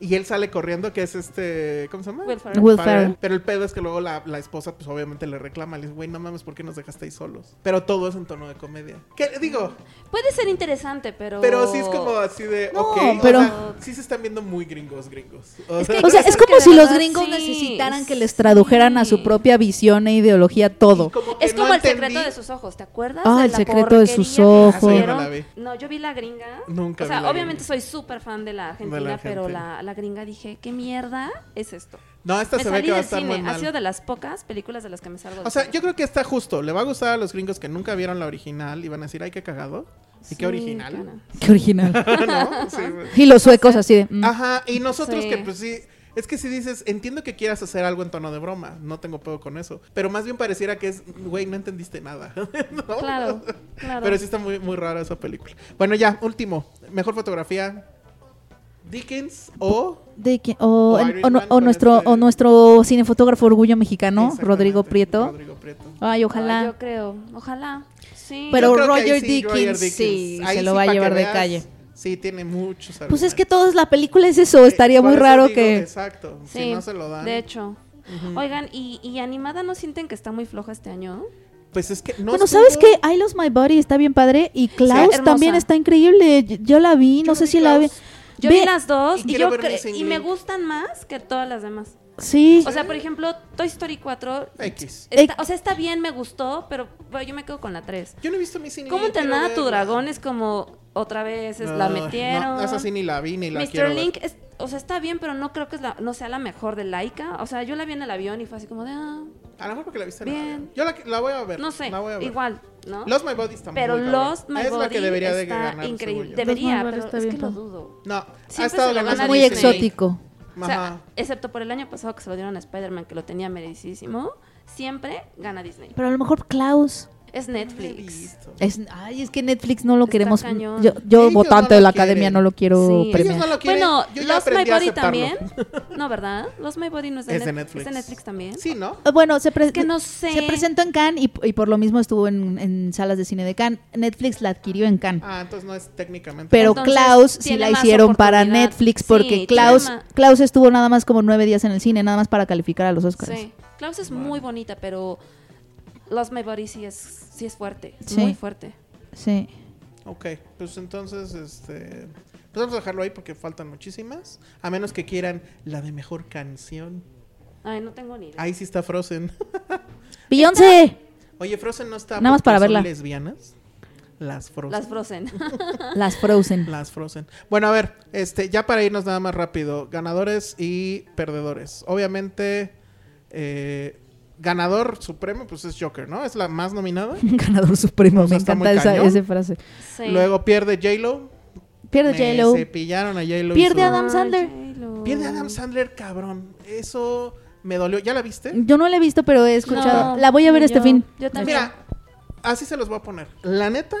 S2: Y él sale corriendo, que es este. ¿Cómo se llama?
S3: Will Ferrell.
S4: Will Ferrell.
S2: Pero el pedo es que luego la, la esposa, pues obviamente le reclama. Le dice, güey, no mames, ¿por qué nos dejasteis solos? Pero todo es en tono de comedia. Que digo,
S3: Puede ser interesante, pero
S2: pero sí es como así de.
S4: No,
S2: ok, o
S4: pero-
S2: sea, sí se están viendo muy gringos, gringos. O sea,
S4: O sea,
S3: Creo
S4: es
S3: que
S4: como
S3: de
S4: si los
S3: verdad
S4: gringos
S3: sí,
S4: necesitaran que les tradujeran a su
S3: sí.
S4: propia visión e ideología todo.
S2: y como que
S3: Es
S2: no
S3: como el secreto
S2: entendí-
S3: de sus ojos, ¿te acuerdas?
S4: Ah,
S3: De
S4: El
S3: la
S4: secreto de sus
S3: porquería que
S4: ojos.
S2: Ah, esa yo no la vi.
S3: hicieron. No, yo vi la gringa.
S2: Nunca
S3: O sea,
S2: vi la
S3: obviamente
S2: gringa.
S3: soy súper fan de la Argentina, pero
S2: Argentina.
S3: la, la gringa dije, ¿qué mierda es esto?
S2: No, esta
S3: me
S2: se ve
S3: salí
S2: que va a
S3: del
S2: estar
S3: cine.
S2: muy mal.
S3: Ha sido de las pocas películas de las que me salgo del
S2: O sea,
S3: cine.
S2: yo creo que está justo. Le va a gustar a los gringos que nunca vieron la original y van a decir, ay, qué cagado. Y
S3: Sí,
S2: qué original.
S3: cara.
S4: Qué original.
S2: ¿No? Sí, güey.
S4: Y los suecos así de, mm,
S2: Ajá, y nosotros
S3: Sí.
S2: que pues sí. Es que si dices, entiendo que quieras hacer algo en tono de broma, no tengo pedo con eso. Pero más bien pareciera que es, güey, no entendiste nada. ¿no?
S3: Claro, claro.
S2: Pero sí está muy, muy rara esa película. Bueno, ya, último. Mejor fotografía. Dickens o.
S4: de que- o,
S2: O
S4: en- o,
S2: Irishman
S4: no- o
S2: con
S4: nuestro
S2: este-
S4: o nuestro cinefotógrafo orgullo mexicano,
S2: Exactamente,
S4: Rodrigo Prieto.
S2: Rodrigo Prieto.
S4: Ay,
S3: Ay,
S4: ojalá.
S3: yo creo, ojalá. Sí.
S4: Pero-
S2: Yo creo que ahí
S4: Roger
S2: sí,
S4: Dickens, sí,
S2: Ahí
S4: se lo va a
S2: pa' que
S4: llevar de
S2: veas,
S4: calle.
S2: Sí, tiene muchos
S4: Pues es que
S2: argumentos.
S4: toda la película es eso, estaría
S2: Por
S4: muy
S2: eso
S4: raro
S2: digo,
S4: que
S2: Exacto,
S3: sí,
S2: si no se lo dan.
S3: De hecho. Oigan, ¿y, y animada no sienten que está muy floja este año?
S2: Pues es que no.
S4: Bueno, ¿sabes
S2: estuvo-
S4: qué? I Lost My Body está bien padre y Klaus
S3: hermosa.
S4: también está increíble. Yo, yo la vi,
S2: Yo
S4: no
S2: no
S4: sé
S2: vi
S4: si la vi.
S2: Klaus.
S3: Yo
S4: Ve-
S3: vi las dos
S2: Y
S3: y,
S2: quiero
S3: yo
S2: ver
S3: cre-
S2: Missing
S3: y me
S2: Link.
S3: gustan más que todas las demás.
S4: Sí.
S3: O sea, por ejemplo, Toy Story 4.
S2: X.
S3: está- o sea, está bien, me gustó, pero bueno, yo me quedo con la 3.
S2: Yo no he visto Missing
S3: ¿Cómo
S2: Link, quiero
S3: entrenar a tu
S2: verla.
S3: dragón? Es como otra vez, es- la
S2: No,
S3: metieron.
S2: No, esa sí ni la vi ni la
S3: Mr.
S2: quiero ver.
S3: Link, es- o sea, está bien, pero no creo que es la- no sea la mejor de Laika. O sea, yo la vi en el avión y fue así como de. ah,
S2: A lo mejor porque la viste en
S3: Bien.
S2: el avión. Yo la, la voy a ver.
S3: no sé,
S2: la voy a ver.
S3: igual, ¿no?
S2: Lost My Body está
S3: pero
S2: muy
S3: Lost
S2: cabrón.
S3: My
S2: Es la
S3: Body
S2: que debería de
S3: está
S2: ganar.
S3: increíble.
S2: según yo.
S3: Debería,
S4: Lost My Body
S3: pero
S4: está
S3: es que
S4: bien
S3: lo
S4: padre.
S3: dudo.
S2: No, ha
S3: Siempre se
S2: estado
S3: lo
S2: ganando
S3: gana
S4: es muy
S3: Disney.
S4: exótico.
S3: O sea,
S2: Ajá.
S3: excepto por el año pasado que se lo dieron a Spider-Man, que lo tenía merecidísimo, siempre gana Disney.
S4: Pero a lo mejor Klaus.
S3: Es
S2: No la he
S3: Netflix.
S2: visto.
S4: Es, ay, es que Netflix no lo
S3: Está
S4: queremos.
S3: cañón.
S4: Yo, yo
S2: Ellos
S4: votante
S2: no
S4: de
S2: lo
S4: la academia,
S2: quieren.
S4: no lo quiero
S3: Sí.
S4: premiar.
S2: Ellos no lo quieren.
S3: Bueno,
S2: Yo ya
S3: Lost My
S2: aprendí a
S3: Body
S2: aceptarlo.
S3: también. No, ¿verdad? Lost My Body no es de,
S2: Es de
S3: Net-
S2: Netflix.
S3: Es de Netflix también.
S2: Sí, ¿no?
S4: Eh, Bueno, se, pre-
S3: Es que no sé.
S4: se presentó en Cannes y, y por lo mismo estuvo en, en salas de cine de Cannes. Netflix la adquirió en Cannes.
S2: Ah, entonces no es técnicamente.
S4: Pero
S3: Entonces,
S4: Klaus sí
S3: tiene
S4: la
S3: más
S4: hicieron para
S3: oportunidad.
S4: Netflix
S3: Sí,
S4: porque
S3: tiene
S4: Klaus,
S3: más-
S4: Klaus estuvo nada más como nueve días en el cine, nada más para calificar a los Oscars.
S3: Sí. Klaus es muy bonita, pero Lost My Body sí es, sí es fuerte.
S4: Sí.
S3: Muy fuerte.
S4: Sí.
S2: Ok, pues entonces, este. Pues vamos a dejarlo ahí porque faltan muchísimas. A menos que quieran la de mejor canción.
S3: Ay, no tengo ni idea.
S2: Ahí sí está Frozen.
S4: Beyoncé,
S2: Oye, Frozen no está.
S4: Nada más
S2: porque
S4: para
S2: son
S4: verla.
S2: lesbianas? Las Frozen.
S3: Las Frozen.
S4: las Frozen.
S2: Las Frozen. Bueno, a ver, este, ya para irnos nada más rápido, ganadores y perdedores. Obviamente, eh, ganador supremo, pues es Joker, ¿no? Es la más nominada.
S4: Ganador supremo,
S2: O sea,
S4: me
S2: está muy
S4: encanta esa,
S2: cañón.
S4: esa frase.
S3: Sí.
S2: Luego pierde J-Lo.
S4: Pierde
S2: Me
S4: J-Lo.
S2: Cepillaron a J-Lo. y
S4: Pierde
S2: su-
S4: a Adam Sandler.
S3: J-Lo.
S2: Pierde a Adam Sandler, cabrón. Eso me dolió. ¿Ya la viste?
S4: Yo no la he visto, pero he escuchado. la voy a ver
S3: yo-
S4: este fin.
S3: Yo también.
S2: Mira, así se los voy a poner. La neta,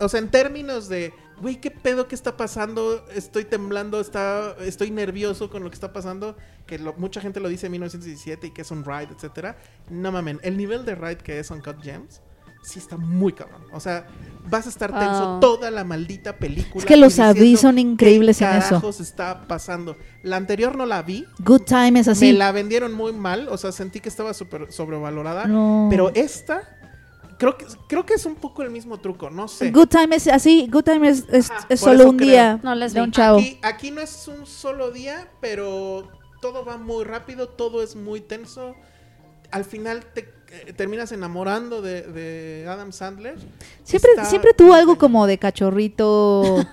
S2: o sea, en términos de, güey, ¿qué pedo que está pasando? Estoy temblando, está, estoy nervioso con lo que está pasando. Que lo- mucha gente lo dice en 1917 y que es un ride, etcétera. No mamen, el nivel de ride que es Uncut Gems sí está muy cabrón. O sea, vas a estar tenso
S3: Ah.
S2: toda la maldita película.
S4: Es que los
S2: y diciendo,
S4: Abdis son increíbles
S2: ¿qué
S4: en eso?
S2: carajos está pasando? La anterior no la vi.
S4: Good Time es así.
S2: Me la vendieron muy mal, o sea, sentí que estaba súper sobrevalorada.
S4: No.
S2: Pero esta, creo que, creo que es un poco el mismo truco, no sé.
S4: Good Time es así. Good Time es, es-
S2: Ajá,
S4: es
S2: por
S4: solo
S2: eso
S4: un
S2: creo.
S4: día
S3: No les
S4: de
S3: vi.
S4: un chavo.
S2: Aquí, aquí no es un solo día, pero todo va muy rápido, todo es muy tenso. Al final te eh, terminas enamorando de, de Adam Sandler.
S4: Siempre,
S2: Está-
S4: siempre tuvo algo como de cachorrito.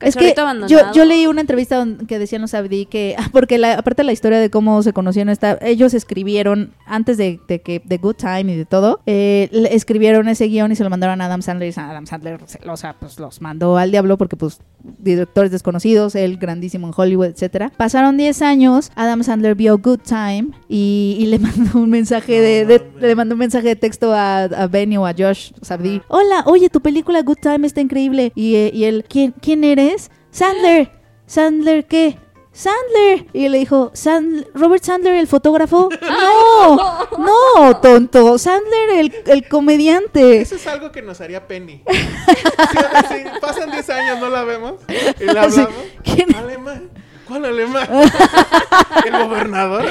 S4: es que
S3: Cachorrito
S4: yo,
S3: abandonado.
S4: yo leí una entrevista don- que decían los Abdi que, ah, porque la, aparte la historia de cómo se conocieron, está, ellos escribieron, antes de, de que de Good Time y de todo, eh, le- escribieron ese guión y se lo mandaron a Adam Sandler. Y Adam Sandler, se- o sea, pues los mandó al diablo porque, pues, directores desconocidos, él grandísimo en Hollywood, etcétera. Pasaron 10 años, Adam Sandler vio Good Time y, y le mandó un mensaje de, de- le mandó un mensaje de texto a, a Benny o a Josh Sabdi. Hola, oye, tu película Good Time está increíble. Y, eh, y él, ¿quién, ¿quién eres? Sandler. ¿Sandler qué? Sandler. Y le dijo, "Sand- Robert Sandler, el fotógrafo. No, no, tonto. Sandler, el, el comediante.
S2: Eso es algo que nos haría Penny. Sí, o sea, sí, pasan 10 años, no la vemos. Y la
S4: Así,
S2: hablamos.
S4: ¿quién?
S2: Alemán. ¿Cuál alemán? ¿El gobernador?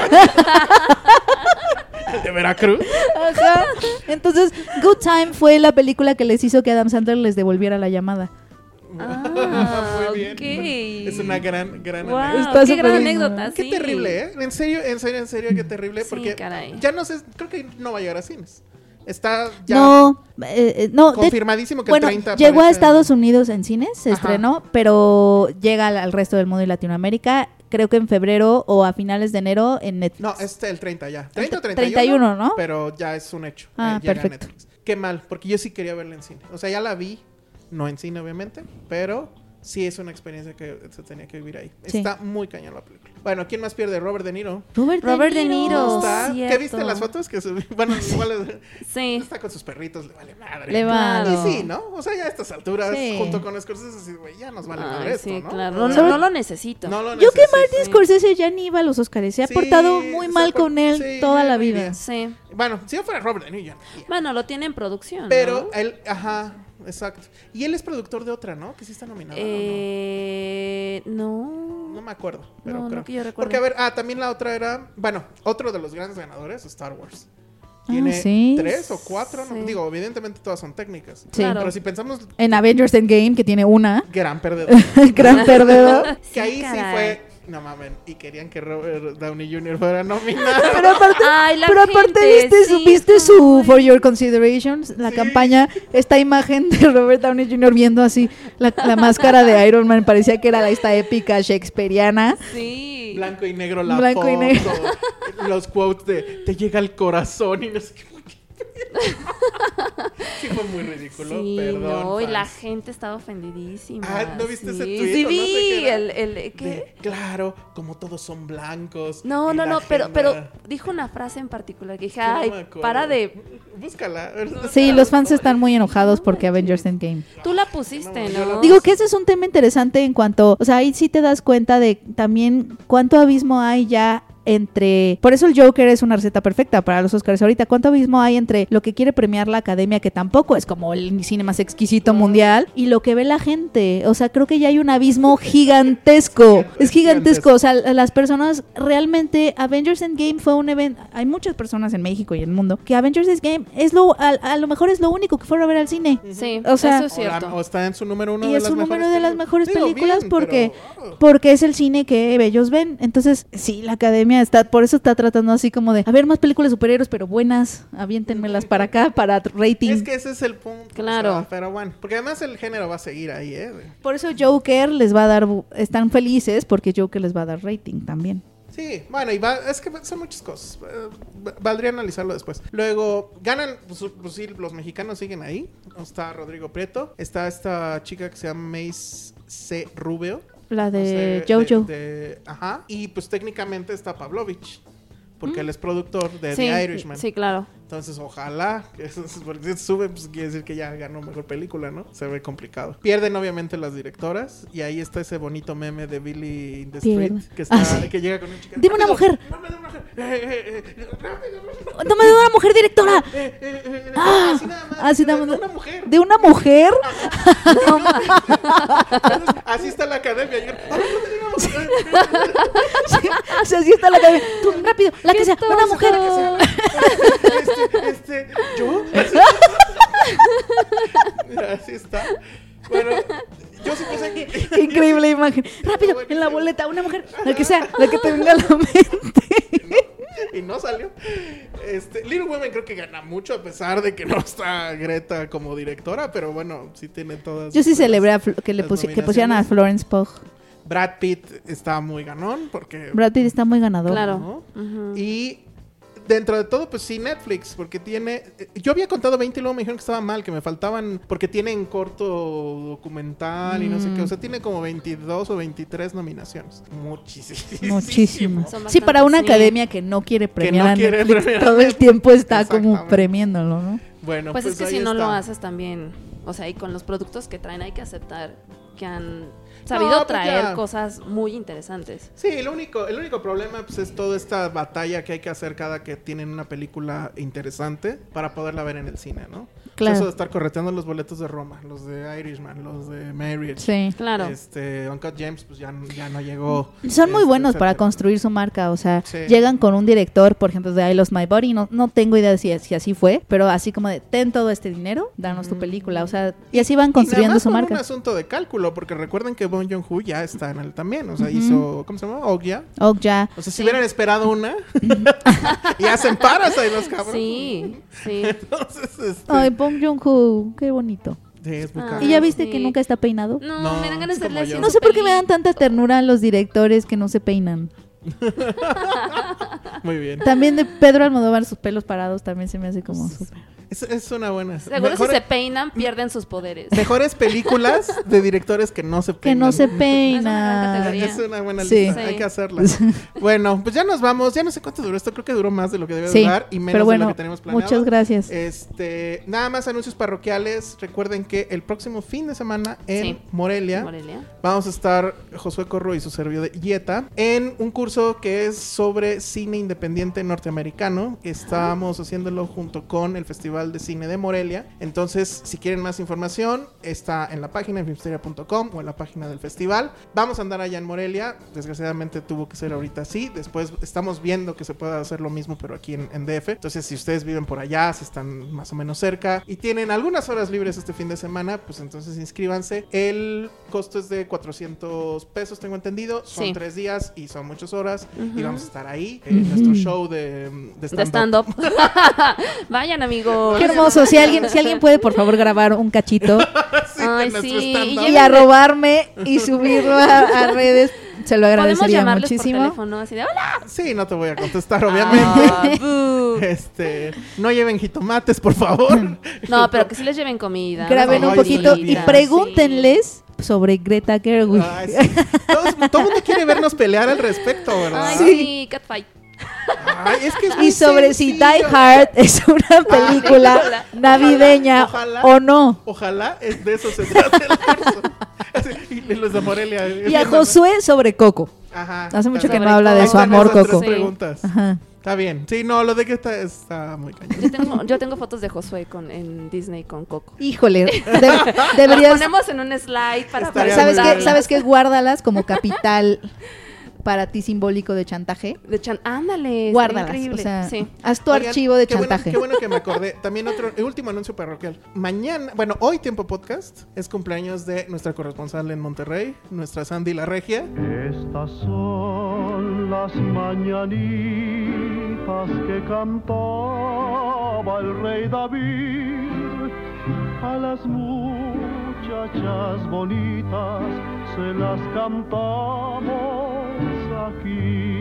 S2: ¿El de Veracruz?
S4: Ajá. Entonces, Good Time fue la película que les hizo que Adam Sandler les devolviera la llamada.
S3: Ah,
S2: Muy bien.
S3: ok.
S2: Es una gran, gran
S3: Wow,
S2: anécdota.
S4: Está
S3: qué
S4: súper
S3: gran
S4: bien.
S3: anécdota.
S2: Qué
S3: sí.
S2: terrible, ¿eh? En serio, en serio, en serio, qué terrible.
S3: Sí,
S2: Porque
S3: caray.
S2: ya no sé, creo que no va a llegar a cines. Está ya
S4: No, eh, eh, no. de-
S2: confirmadísimo que
S4: bueno,
S2: el 30
S4: llegó a
S2: aparece-
S4: Estados Unidos en cines, se
S2: Ajá.
S4: estrenó, pero llega al, al resto del mundo y Latinoamérica, creo que en febrero o a finales de enero en Netflix.
S2: No, es el 30 ya. 30 o 31.
S4: 31, ¿no?
S2: Pero ya es un hecho.
S4: Ah,
S2: Eh, llega a
S4: perfecto.
S2: Netflix. Qué mal, porque yo sí quería verla en cine. O sea, ya la vi, no en cine obviamente, pero sí es una experiencia que se tenía que vivir ahí.
S4: Sí.
S2: Está muy cañón la película. Bueno, ¿quién más pierde? Robert De Niro.
S4: Robert,
S3: Robert De Niro.
S4: Niro.
S2: Está- ¿Qué
S3: cierto.
S2: viste las fotos que subí? Bueno, igual es-
S3: Sí.
S2: está con sus perritos, le vale madre.
S4: Le vale.
S2: Y sí, ¿no? O sea, ya a estas alturas,
S4: Sí.
S2: junto con Scorsese, así, güey, ya nos vale madre
S3: Ay,
S2: esto,
S3: sí,
S2: ¿no?
S3: claro.
S2: O
S3: No,
S2: sea,
S3: no lo necesito.
S2: no lo
S4: Yo que
S2: necesito.
S4: Martin Scorsese ya ni iba a los Oscars, se ha
S2: Sí,
S4: portado muy
S2: se
S4: mal
S2: por-
S4: con él
S2: sí,
S4: toda
S2: ya
S4: la
S2: no iría.
S4: vida.
S3: Sí.
S2: Bueno, si yo fuera Robert De Niro, yo no iría.
S3: Bueno, lo tiene en producción.
S2: Pero
S3: ¿no?
S2: él, ajá, exacto. Y él es productor de otra, ¿no? Que sí está nominada. ¿o
S3: Eh,
S2: no?
S3: no.
S2: No me acuerdo, pero
S3: No, no
S2: creo.
S3: que yo recuerde.
S2: Porque, a ver, ah, también la otra era, bueno, otro de los grandes ganadores, Star Wars. Tiene
S4: sí.
S2: tres o cuatro, no-
S3: Ah, Sí.
S2: digo, evidentemente todas son técnicas.
S4: Sí.
S3: Claro.
S2: Pero si pensamos,
S4: En Avengers Endgame, que tiene una,
S2: gran perdedor.
S4: gran perdedor.
S2: que ahí sí
S3: caray.
S2: fue, no mamen, y querían que Robert Downey Jr. fuera nominado.
S4: Pero aparte,
S3: Ay, la
S4: pero aparte
S3: gente,
S4: viste,
S3: sí,
S4: viste
S3: no,
S4: su
S3: güey.
S4: For Your Considerations, la
S2: Sí.
S4: campaña, esta imagen de Robert Downey Jr. viendo así la, la máscara de Iron Man, parecía que era la- esta épica shakespeariana.
S3: Sí.
S2: Blanco y negro la
S4: Blanco y
S2: foto,
S4: negro.
S2: Los quotes de te llega al corazón y no sé qué. sí fue muy ridículo,
S3: Sí,
S2: perdón.
S3: no, y
S2: fans.
S3: la gente estaba ofendidísima.
S2: Ah, ¿no viste
S3: sí.
S2: ese tuit
S3: Sí,
S2: o no sé
S3: vi
S2: qué era?
S3: el, el- ¿qué?
S2: De, claro, como todos son blancos.
S3: No,
S2: y
S3: no,
S2: la
S3: no, pero,
S2: agenda-
S3: pero dijo una frase en particular que dije,
S2: Yo no me
S3: ay,
S2: acuerdo.
S3: para de...
S2: Búscala.
S4: Sí, los fans están muy enojados porque Avengers Endgame.
S3: Tú la pusiste,
S2: yo
S3: ¿no?
S2: la-
S4: Digo que ese es un tema interesante en cuanto, o sea, ahí sí te das cuenta de también cuánto abismo hay ya entre, por eso el Joker es una receta perfecta para los Oscars ahorita, cuánto abismo hay entre lo que quiere premiar la academia, que tampoco es como el cine más exquisito mundial, y lo que ve la gente, o sea, creo que ya hay un abismo gigantesco, es gigantesco, o sea, las personas realmente, Avengers Endgame fue un evento, hay muchas personas en México y en el mundo, que Avengers Endgame es lo, a, a lo mejor es lo único que fueron a ver al cine.
S3: Sí,
S4: O sea-
S3: eso es
S2: O, la-
S3: cierto.
S2: o está en su número uno
S4: Y
S2: de
S4: es
S2: las
S4: un número
S2: mejores
S4: de las mejores
S2: Digo, bien,
S4: películas porque,
S2: pero, oh,
S4: porque es el cine que ellos ven. Entonces, sí, la academia está, por eso está tratando así como de, a ver, más películas de superhéroes, pero buenas, aviéntenmelas para acá, para rating.
S2: Es que ese es el punto. o
S3: Claro.
S2: sea, pero bueno, porque además el género va a seguir ahí, ¿eh?
S4: Por eso Joker les va a dar, bu- están felices porque Joker les va a dar rating también.
S2: Sí, Sí, bueno, y va, es que son muchas cosas. Eh, va- Valdría analizarlo después. Luego, ganan, pues, pues sí, los mexicanos siguen ahí. Está Rodrigo Prieto. Está esta chica que se llama Mace C. Rubio.
S4: La de
S2: No sé,
S4: Jojo.
S2: de- ajá. Y pues técnicamente está Pavlovich. Porque
S4: Mm.
S2: él es productor de
S3: sí,
S2: The Irishman.
S3: sí, claro.
S2: Entonces, ojalá. que eso- Porque si sube, pues quiere decir que ya ganó mejor película, ¿no? Se ve complicado. Pierden, obviamente, las directoras. Y ahí está ese bonito meme de Billy in the Street.
S4: Pierna.
S2: Que, está,
S4: Ah, sí.
S2: que llega con un chico.
S4: Dime una
S2: "Rápido,
S4: mujer".
S2: dame una mujer. Eh, eh, eh, rápido, rápido.
S4: ¡No me una mujer directora!
S2: Eh, eh, eh,
S4: ¡Ah!
S2: así nada más.
S4: Así
S2: de-
S4: nada
S2: de
S4: más.
S2: una mujer.
S4: ¿De una mujer?
S2: Así está la academia. Yo, "Ah, no te eh, digamos".
S4: O sea, así está la cabeza. Tú, rápido, la que sea, una mujer.
S2: este, este, yo. Mira, así está. Bueno, yo sí pensé que.
S4: Increíble imagen. Rápido, en la boleta, una mujer. La que sea, la que te venga a la mente.
S2: y no salió. Este, Little Women creo que gana mucho a pesar de que no está Greta como directora, pero bueno, sí tiene todas.
S4: Yo sí
S2: las-
S4: celebré a Flo- que le
S2: las
S4: pusi- que pusieran a
S2: nominaciones.
S4: Florence Pugh.
S2: Brad Pitt está muy ganón porque
S4: Brad Pitt está muy ganador.
S3: Claro.
S2: ¿no? Y dentro de todo, pues sí, Netflix, porque tiene... eh, Yo había contado 20 y luego me dijeron que estaba mal, que me faltaban, porque tienen corto documental y no sé qué. O sea, tiene como 22 o 23 nominaciones. Muchísimo.
S4: Muchísimo.
S3: Son
S4: Sí, para una
S3: bastantes, sí.
S4: academia que no quiere premiar
S2: no
S4: a
S2: quiere
S4: Netflix,
S2: premiar a
S4: todo el
S2: Netflix.
S4: tiempo está como
S2: Exactamente.
S4: premiándolo, ¿no?
S2: Bueno,
S3: Pues,
S2: pues,
S3: es que
S2: ahí
S3: si no
S2: está.
S3: lo haces también, o sea, y con los productos que traen hay que aceptar que han sabido
S2: pues
S3: traer
S2: ya.
S3: cosas muy interesantes.
S2: Sí, el único, el único problema pues, es toda esta batalla que hay que hacer cada que tienen una película interesante para poderla ver en el cine, ¿no? O sea,
S4: Claro.
S2: Eso de estar correteando los boletos de Roma, los de Irishman, los de Marriage.
S4: Sí.
S3: Claro.
S2: Este, Uncut James, pues ya, ya no llegó.
S4: Son muy
S2: Este,
S4: buenos para
S2: etcétera.
S4: construir su marca, o sea,
S2: Sí.
S4: llegan con un director, por ejemplo, de I Lost My Body, no, no tengo idea de si, si así fue, pero así como de, ten todo este dinero, danos tu película, o sea, y así van
S2: Mm. Y nada
S4: construyendo
S2: más
S4: su
S2: por
S4: marca.
S2: un asunto de cálculo, porque recuerden que Bon Joon-ho ya está en él también. O sea, hizo, ¿cómo se llama? Ogya.
S4: Oh, ya.
S2: O sea, si hubieran esperado una, y hacen paras ahí los cabros.
S3: Sí, sí.
S2: Entonces, este,
S4: Ay, Bong Joon-ho, qué bonito.
S2: sí, es muy
S3: Ah.
S2: caro.
S4: ¿Y ya viste
S3: sí.
S4: que nunca está peinado?
S3: No,
S2: No,
S3: me dan ganas de
S2: como
S3: hacerle así
S2: yo.
S3: en
S4: No
S3: su
S4: sé por qué me
S3: pelito.
S4: dan tanta ternura a los directores que no se peinan.
S2: Muy bien.
S4: También de Pedro Almodóvar, sus pelos parados también se me hace como súper.
S2: Es, es una buena.
S3: Seguro
S2: mejor-
S3: si se peinan, pierden sus poderes.
S2: Mejores películas de directores que no se
S4: Que
S2: peinan.
S4: no se
S3: peinan.
S4: peinan.
S3: categoría.
S2: Es una buena
S4: Sí.
S2: lista,
S3: Sí.
S2: hay que hacerla. Bueno, pues ya nos vamos. Ya no sé cuánto duró esto, creo que duró más de lo que debe
S4: Sí,
S2: durar y menos
S4: pero
S2: de
S4: bueno,
S2: lo que tenemos planeado.
S4: muchas gracias.
S2: Este, nada más anuncios parroquiales. Recuerden que el próximo fin de semana en
S3: Sí.
S2: Morelia,
S3: Morelia.
S2: vamos a estar Josué Corro y su servidor de Yeta en un curso que es sobre cine independiente norteamericano. Estamos haciéndolo junto con el Festival de Cine de Morelia. Entonces, si quieren más información, está en la página en filmsteria.com o en la página del festival. Vamos a andar allá en Morelia. Desgraciadamente tuvo que ser ahorita así. Después estamos viendo que se puede hacer lo mismo, pero aquí en, en DF. Entonces, si ustedes viven por allá, si están más o menos cerca y tienen algunas horas libres este fin de semana, pues entonces inscríbanse. El costo es de 400 pesos, tengo entendido. Son
S3: Sí.
S2: tres días y son muchas horas. Y vamos a estar ahí eh, en nuestro show de, de
S3: De
S2: stand-up.
S3: stand-up. Vayan, amigos.
S4: Qué hermoso. Si alguien, si alguien puede, por favor, grabar un cachito
S2: Sí, de
S3: Ay,
S2: nuestro
S3: sí,
S2: stand-up.
S4: y arrobarme y subirlo a, a redes, se lo
S3: Podemos
S4: agradecería
S3: llamarles por
S4: muchísimo.
S3: teléfono así de hola.
S2: Sí, no te voy a contestar, obviamente.
S3: Ah, boo.
S2: Este, no lleven jitomates, por favor.
S3: No, pero que sí les lleven comida.
S4: Graben
S2: Ay,
S4: un poquito y
S2: señorita,
S4: pregúntenles sobre Greta Gerwig.
S2: Ay, sí. Todos- todo el mundo quiere vernos pelear al respecto, ¿verdad?
S3: Ay,
S4: Sí.
S3: sí, catfight.
S2: Ay, es que es muy
S4: Y sobre si
S2: sencillo.
S4: Die Hard es una película
S3: Ojalá,
S4: navideña
S2: ojalá.
S4: o no.
S2: Ojalá es de eso se trata el curso. Así, Y los de Morelia.
S4: Y a Josué sobre Coco.
S2: Ajá.
S4: Hace mucho
S2: Está
S4: que no
S2: bien.
S4: habla de
S2: Ahí
S4: su
S2: están
S4: amor,
S2: esas tres
S4: Coco.
S3: Sí.
S2: preguntas.
S4: Ajá.
S2: Está bien. Sí, no, lo de que está, está muy cañón.
S3: Yo tengo, yo tengo fotos de Josué con, en Disney con Coco.
S4: Híjole, de-
S3: Las
S4: deberías.
S3: ponemos en un slide para
S2: Estaría
S4: ¿Sabes
S2: muy
S4: qué?
S2: bien.
S4: ¿Sabes qué? Guárdalas como capital para ti simbólico de chantaje.
S3: De chan ándale.
S4: Guárdalas.
S3: estaría
S4: O
S3: increíble.
S4: sea,
S3: sí.
S4: haz tu
S2: Oigan,
S4: archivo de
S2: qué bueno-
S4: chantaje.
S2: qué bueno que me acordé. También otro, el último anuncio parroquial. Mañana, bueno, hoy Tiempo Podcast es cumpleaños de nuestra corresponsal en Monterrey, nuestra Sandy La Regia.
S5: Estas son las mañanitas que cantaba el rey David. A las muchachas bonitas se las cantamos aquí.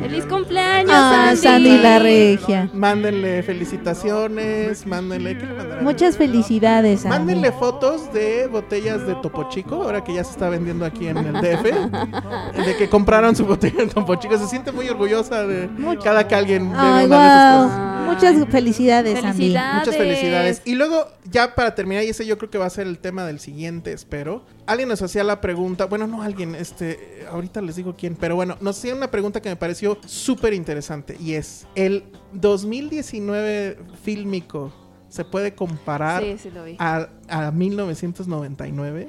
S3: ¡Feliz cumpleaños,
S4: Ah,
S3: Sandy!
S4: Sandy la regia.
S2: Mándenle felicitaciones, mándenle... ¿qué le mandarán?
S4: Muchas felicidades, Sandy.
S2: Mándenle fotos de botellas de Topo Chico, ahora que ya se está vendiendo aquí en el DF, de que compraron su botella de Topo Chico. Se siente muy orgullosa de cada que alguien bebe
S4: Ay,
S2: una de esas
S4: guau.
S2: cosas.
S4: Muchas felicidades, Sandy.
S3: ¡Felicidades!
S2: Muchas felicidades. Y luego, ya para terminar, y ese yo creo que va a ser el tema del siguiente, espero. Alguien nos hacía la pregunta, bueno, no alguien, este, ahorita les digo quién, pero bueno, nos hacía una pregunta que me pareció súper interesante y es, ¿el 2019 fílmico se puede comparar
S3: Sí, sí lo vi.
S2: a, a 1999?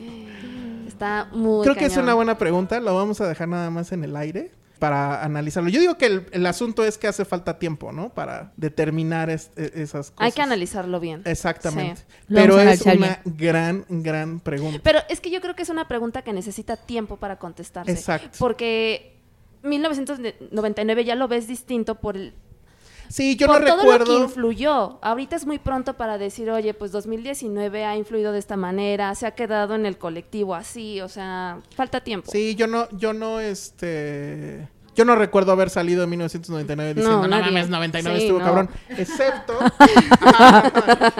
S3: Está muy
S2: Creo que es
S3: cañón.
S2: una buena pregunta, lo vamos a dejar nada más en el aire para analizarlo. Yo digo que el, el asunto es que hace falta tiempo, ¿no? Para determinar es- e- esas cosas.
S3: Hay que analizarlo bien.
S2: Exactamente.
S4: Lo
S2: Pero
S4: vamos a
S2: es
S4: analizar
S2: una gran, gran pregunta.
S3: Pero es que yo creo que es una pregunta que necesita tiempo para contestarse.
S2: Exacto.
S3: Porque 1999 ya lo ves distinto por el,
S2: sí, yo
S3: por
S2: no
S3: todo lo que
S2: recuerdo.
S3: influyó. Ahorita es muy pronto para decir, oye, pues 2019 ha influido de esta manera, se ha quedado en el colectivo así, o sea, falta tiempo.
S2: Sí, yo no, yo no, este. Yo no recuerdo haber salido en 1999 diciendo, no,
S3: No,
S2: no
S3: nadie.
S2: mames, 99
S3: Sí,
S2: estuvo
S3: no.
S2: cabrón. Excepto,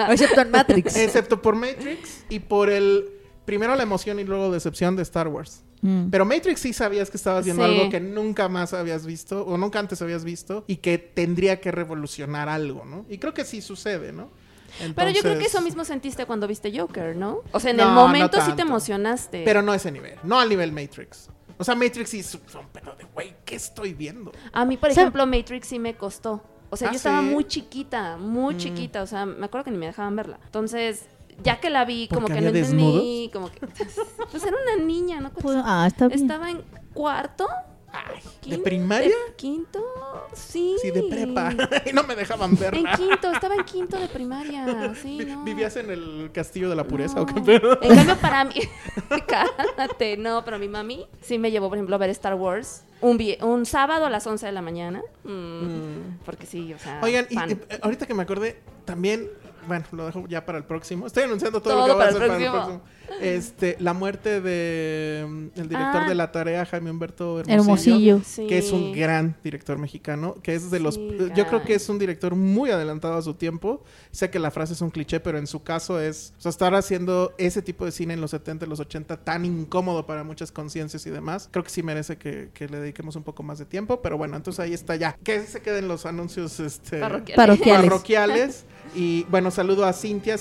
S4: Excepto en Matrix.
S2: excepto por Matrix y por el. Primero la emoción y luego decepción de Star Wars. Pero Matrix sí sabías que estabas viendo
S3: Mm. Sí.
S2: algo que nunca más habías visto o nunca antes habías visto y que tendría que revolucionar algo, ¿no? Y creo que sí sucede, ¿no?
S3: Pero yo creo que
S2: Entonces-
S3: eso mismo sentiste cuando viste Joker, ¿no? O sea, en
S2: No,
S3: el
S2: no
S3: momento sí te
S2: tanto.
S3: emocionaste.
S2: Pero no a ese nivel, no al nivel Matrix. O sea, Matrix sí es un pedo de, güey, ¿qué estoy viendo?
S3: A mí, por
S4: O sea-
S3: ejemplo, Matrix sí me costó. O sea,
S2: Ah,
S3: yo estaba
S2: ¿sí? Mm.
S3: muy chiquita, muy chiquita. O sea, me acuerdo que ni me dejaban verla. Entonces, ya que la vi, como
S2: ¿Porque
S3: que no
S2: había
S3: entendí. Como que. Pues era una niña, ¿no?
S4: Pues, ah, está bien.
S3: Estaba en cuarto.
S2: ¿de primaria?
S3: de quinto, sí.
S2: Sí, de prepa. y no me dejaban
S3: En
S2: verla.
S3: quinto, estaba en quinto de primaria. Sí, no.
S2: ¿Vivías en el castillo de la pureza o qué
S3: No.
S2: pedo?
S3: En cambio, para mí. Cálmate, no, pero mi mami sí me llevó, por ejemplo, a ver Star Wars un, vie- un sábado a las 11 de la mañana. Mm, Porque sí, o sea.
S2: Oigan, y,
S3: fan.
S2: y, eh, ahorita que me acordé, también, bueno, lo dejo ya para el próximo. Estoy anunciando todo,
S3: Todo
S2: lo que voy a
S3: para
S2: hacer
S3: el
S2: para el próximo. Este, la muerte de mm, el director
S3: Ah.
S2: de la tarea, Jaime Humberto Hermosillo.
S4: Hermosillo.
S3: Sí.
S2: que es un gran director mexicano, que es de los... eh,
S3: Sí,
S2: yo creo que
S3: caray.
S2: es un director muy adelantado a su tiempo. Sé que la frase es un cliché, pero en su caso es... O sea, estar haciendo ese tipo de cine en los 70, los 80, tan incómodo para muchas conciencias y demás, creo que sí merece que, que le dediquemos un poco más de tiempo, pero bueno, entonces ahí está ya. Que se queden los anuncios este,
S3: Parroquial.
S4: Parroquiales.
S2: parroquiales. Y bueno, saludo a Cintia,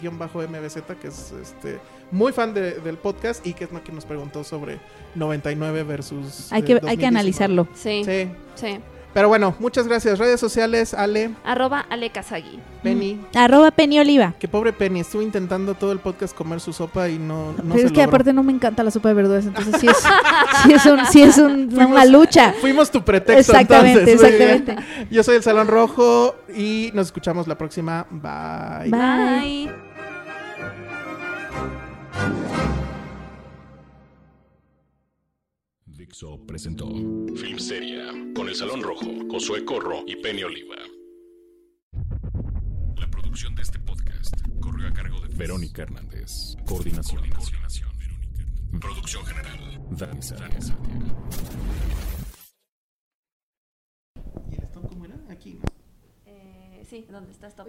S2: Cintia-MBZ, que es este, muy fan de- del podcast y que es la que nos preguntó sobre 99 versus.
S4: Hay
S2: eh,
S4: que, hay que
S2: 2019.
S4: analizarlo.
S3: Sí, sí.
S2: Sí. Pero bueno, muchas gracias. Redes sociales, Ale,
S3: Arroba Ale Kazagi.
S2: Penny.
S4: Arroba Penny Oliva.
S2: Que pobre Penny, estuvo intentando todo el podcast comer su sopa y no, no
S4: Pero
S2: se
S4: es que
S2: logró.
S4: aparte no me encanta la sopa de verduras, entonces sí es, sí es, un- sí es un- una lucha.
S2: Fuimos tu pretexto.
S4: Exactamente,
S2: entonces. Muy bien.
S4: exactamente.
S2: Yo soy el Salón Rojo y nos escuchamos la próxima. Bye.
S4: Bye.
S3: Bye.
S1: Dixo presentó Film Seria con El Salón Rojo, Josué Corro y Penny Oliva. La producción de este podcast corrió a cargo de Verónica Hernández. Coordinación. Verónica Hernández. Producción general. Dani Sadia.
S2: ¿Y el stop cómo era? Aquí, ¿no?
S3: Eh, sí, ¿dónde está Stop?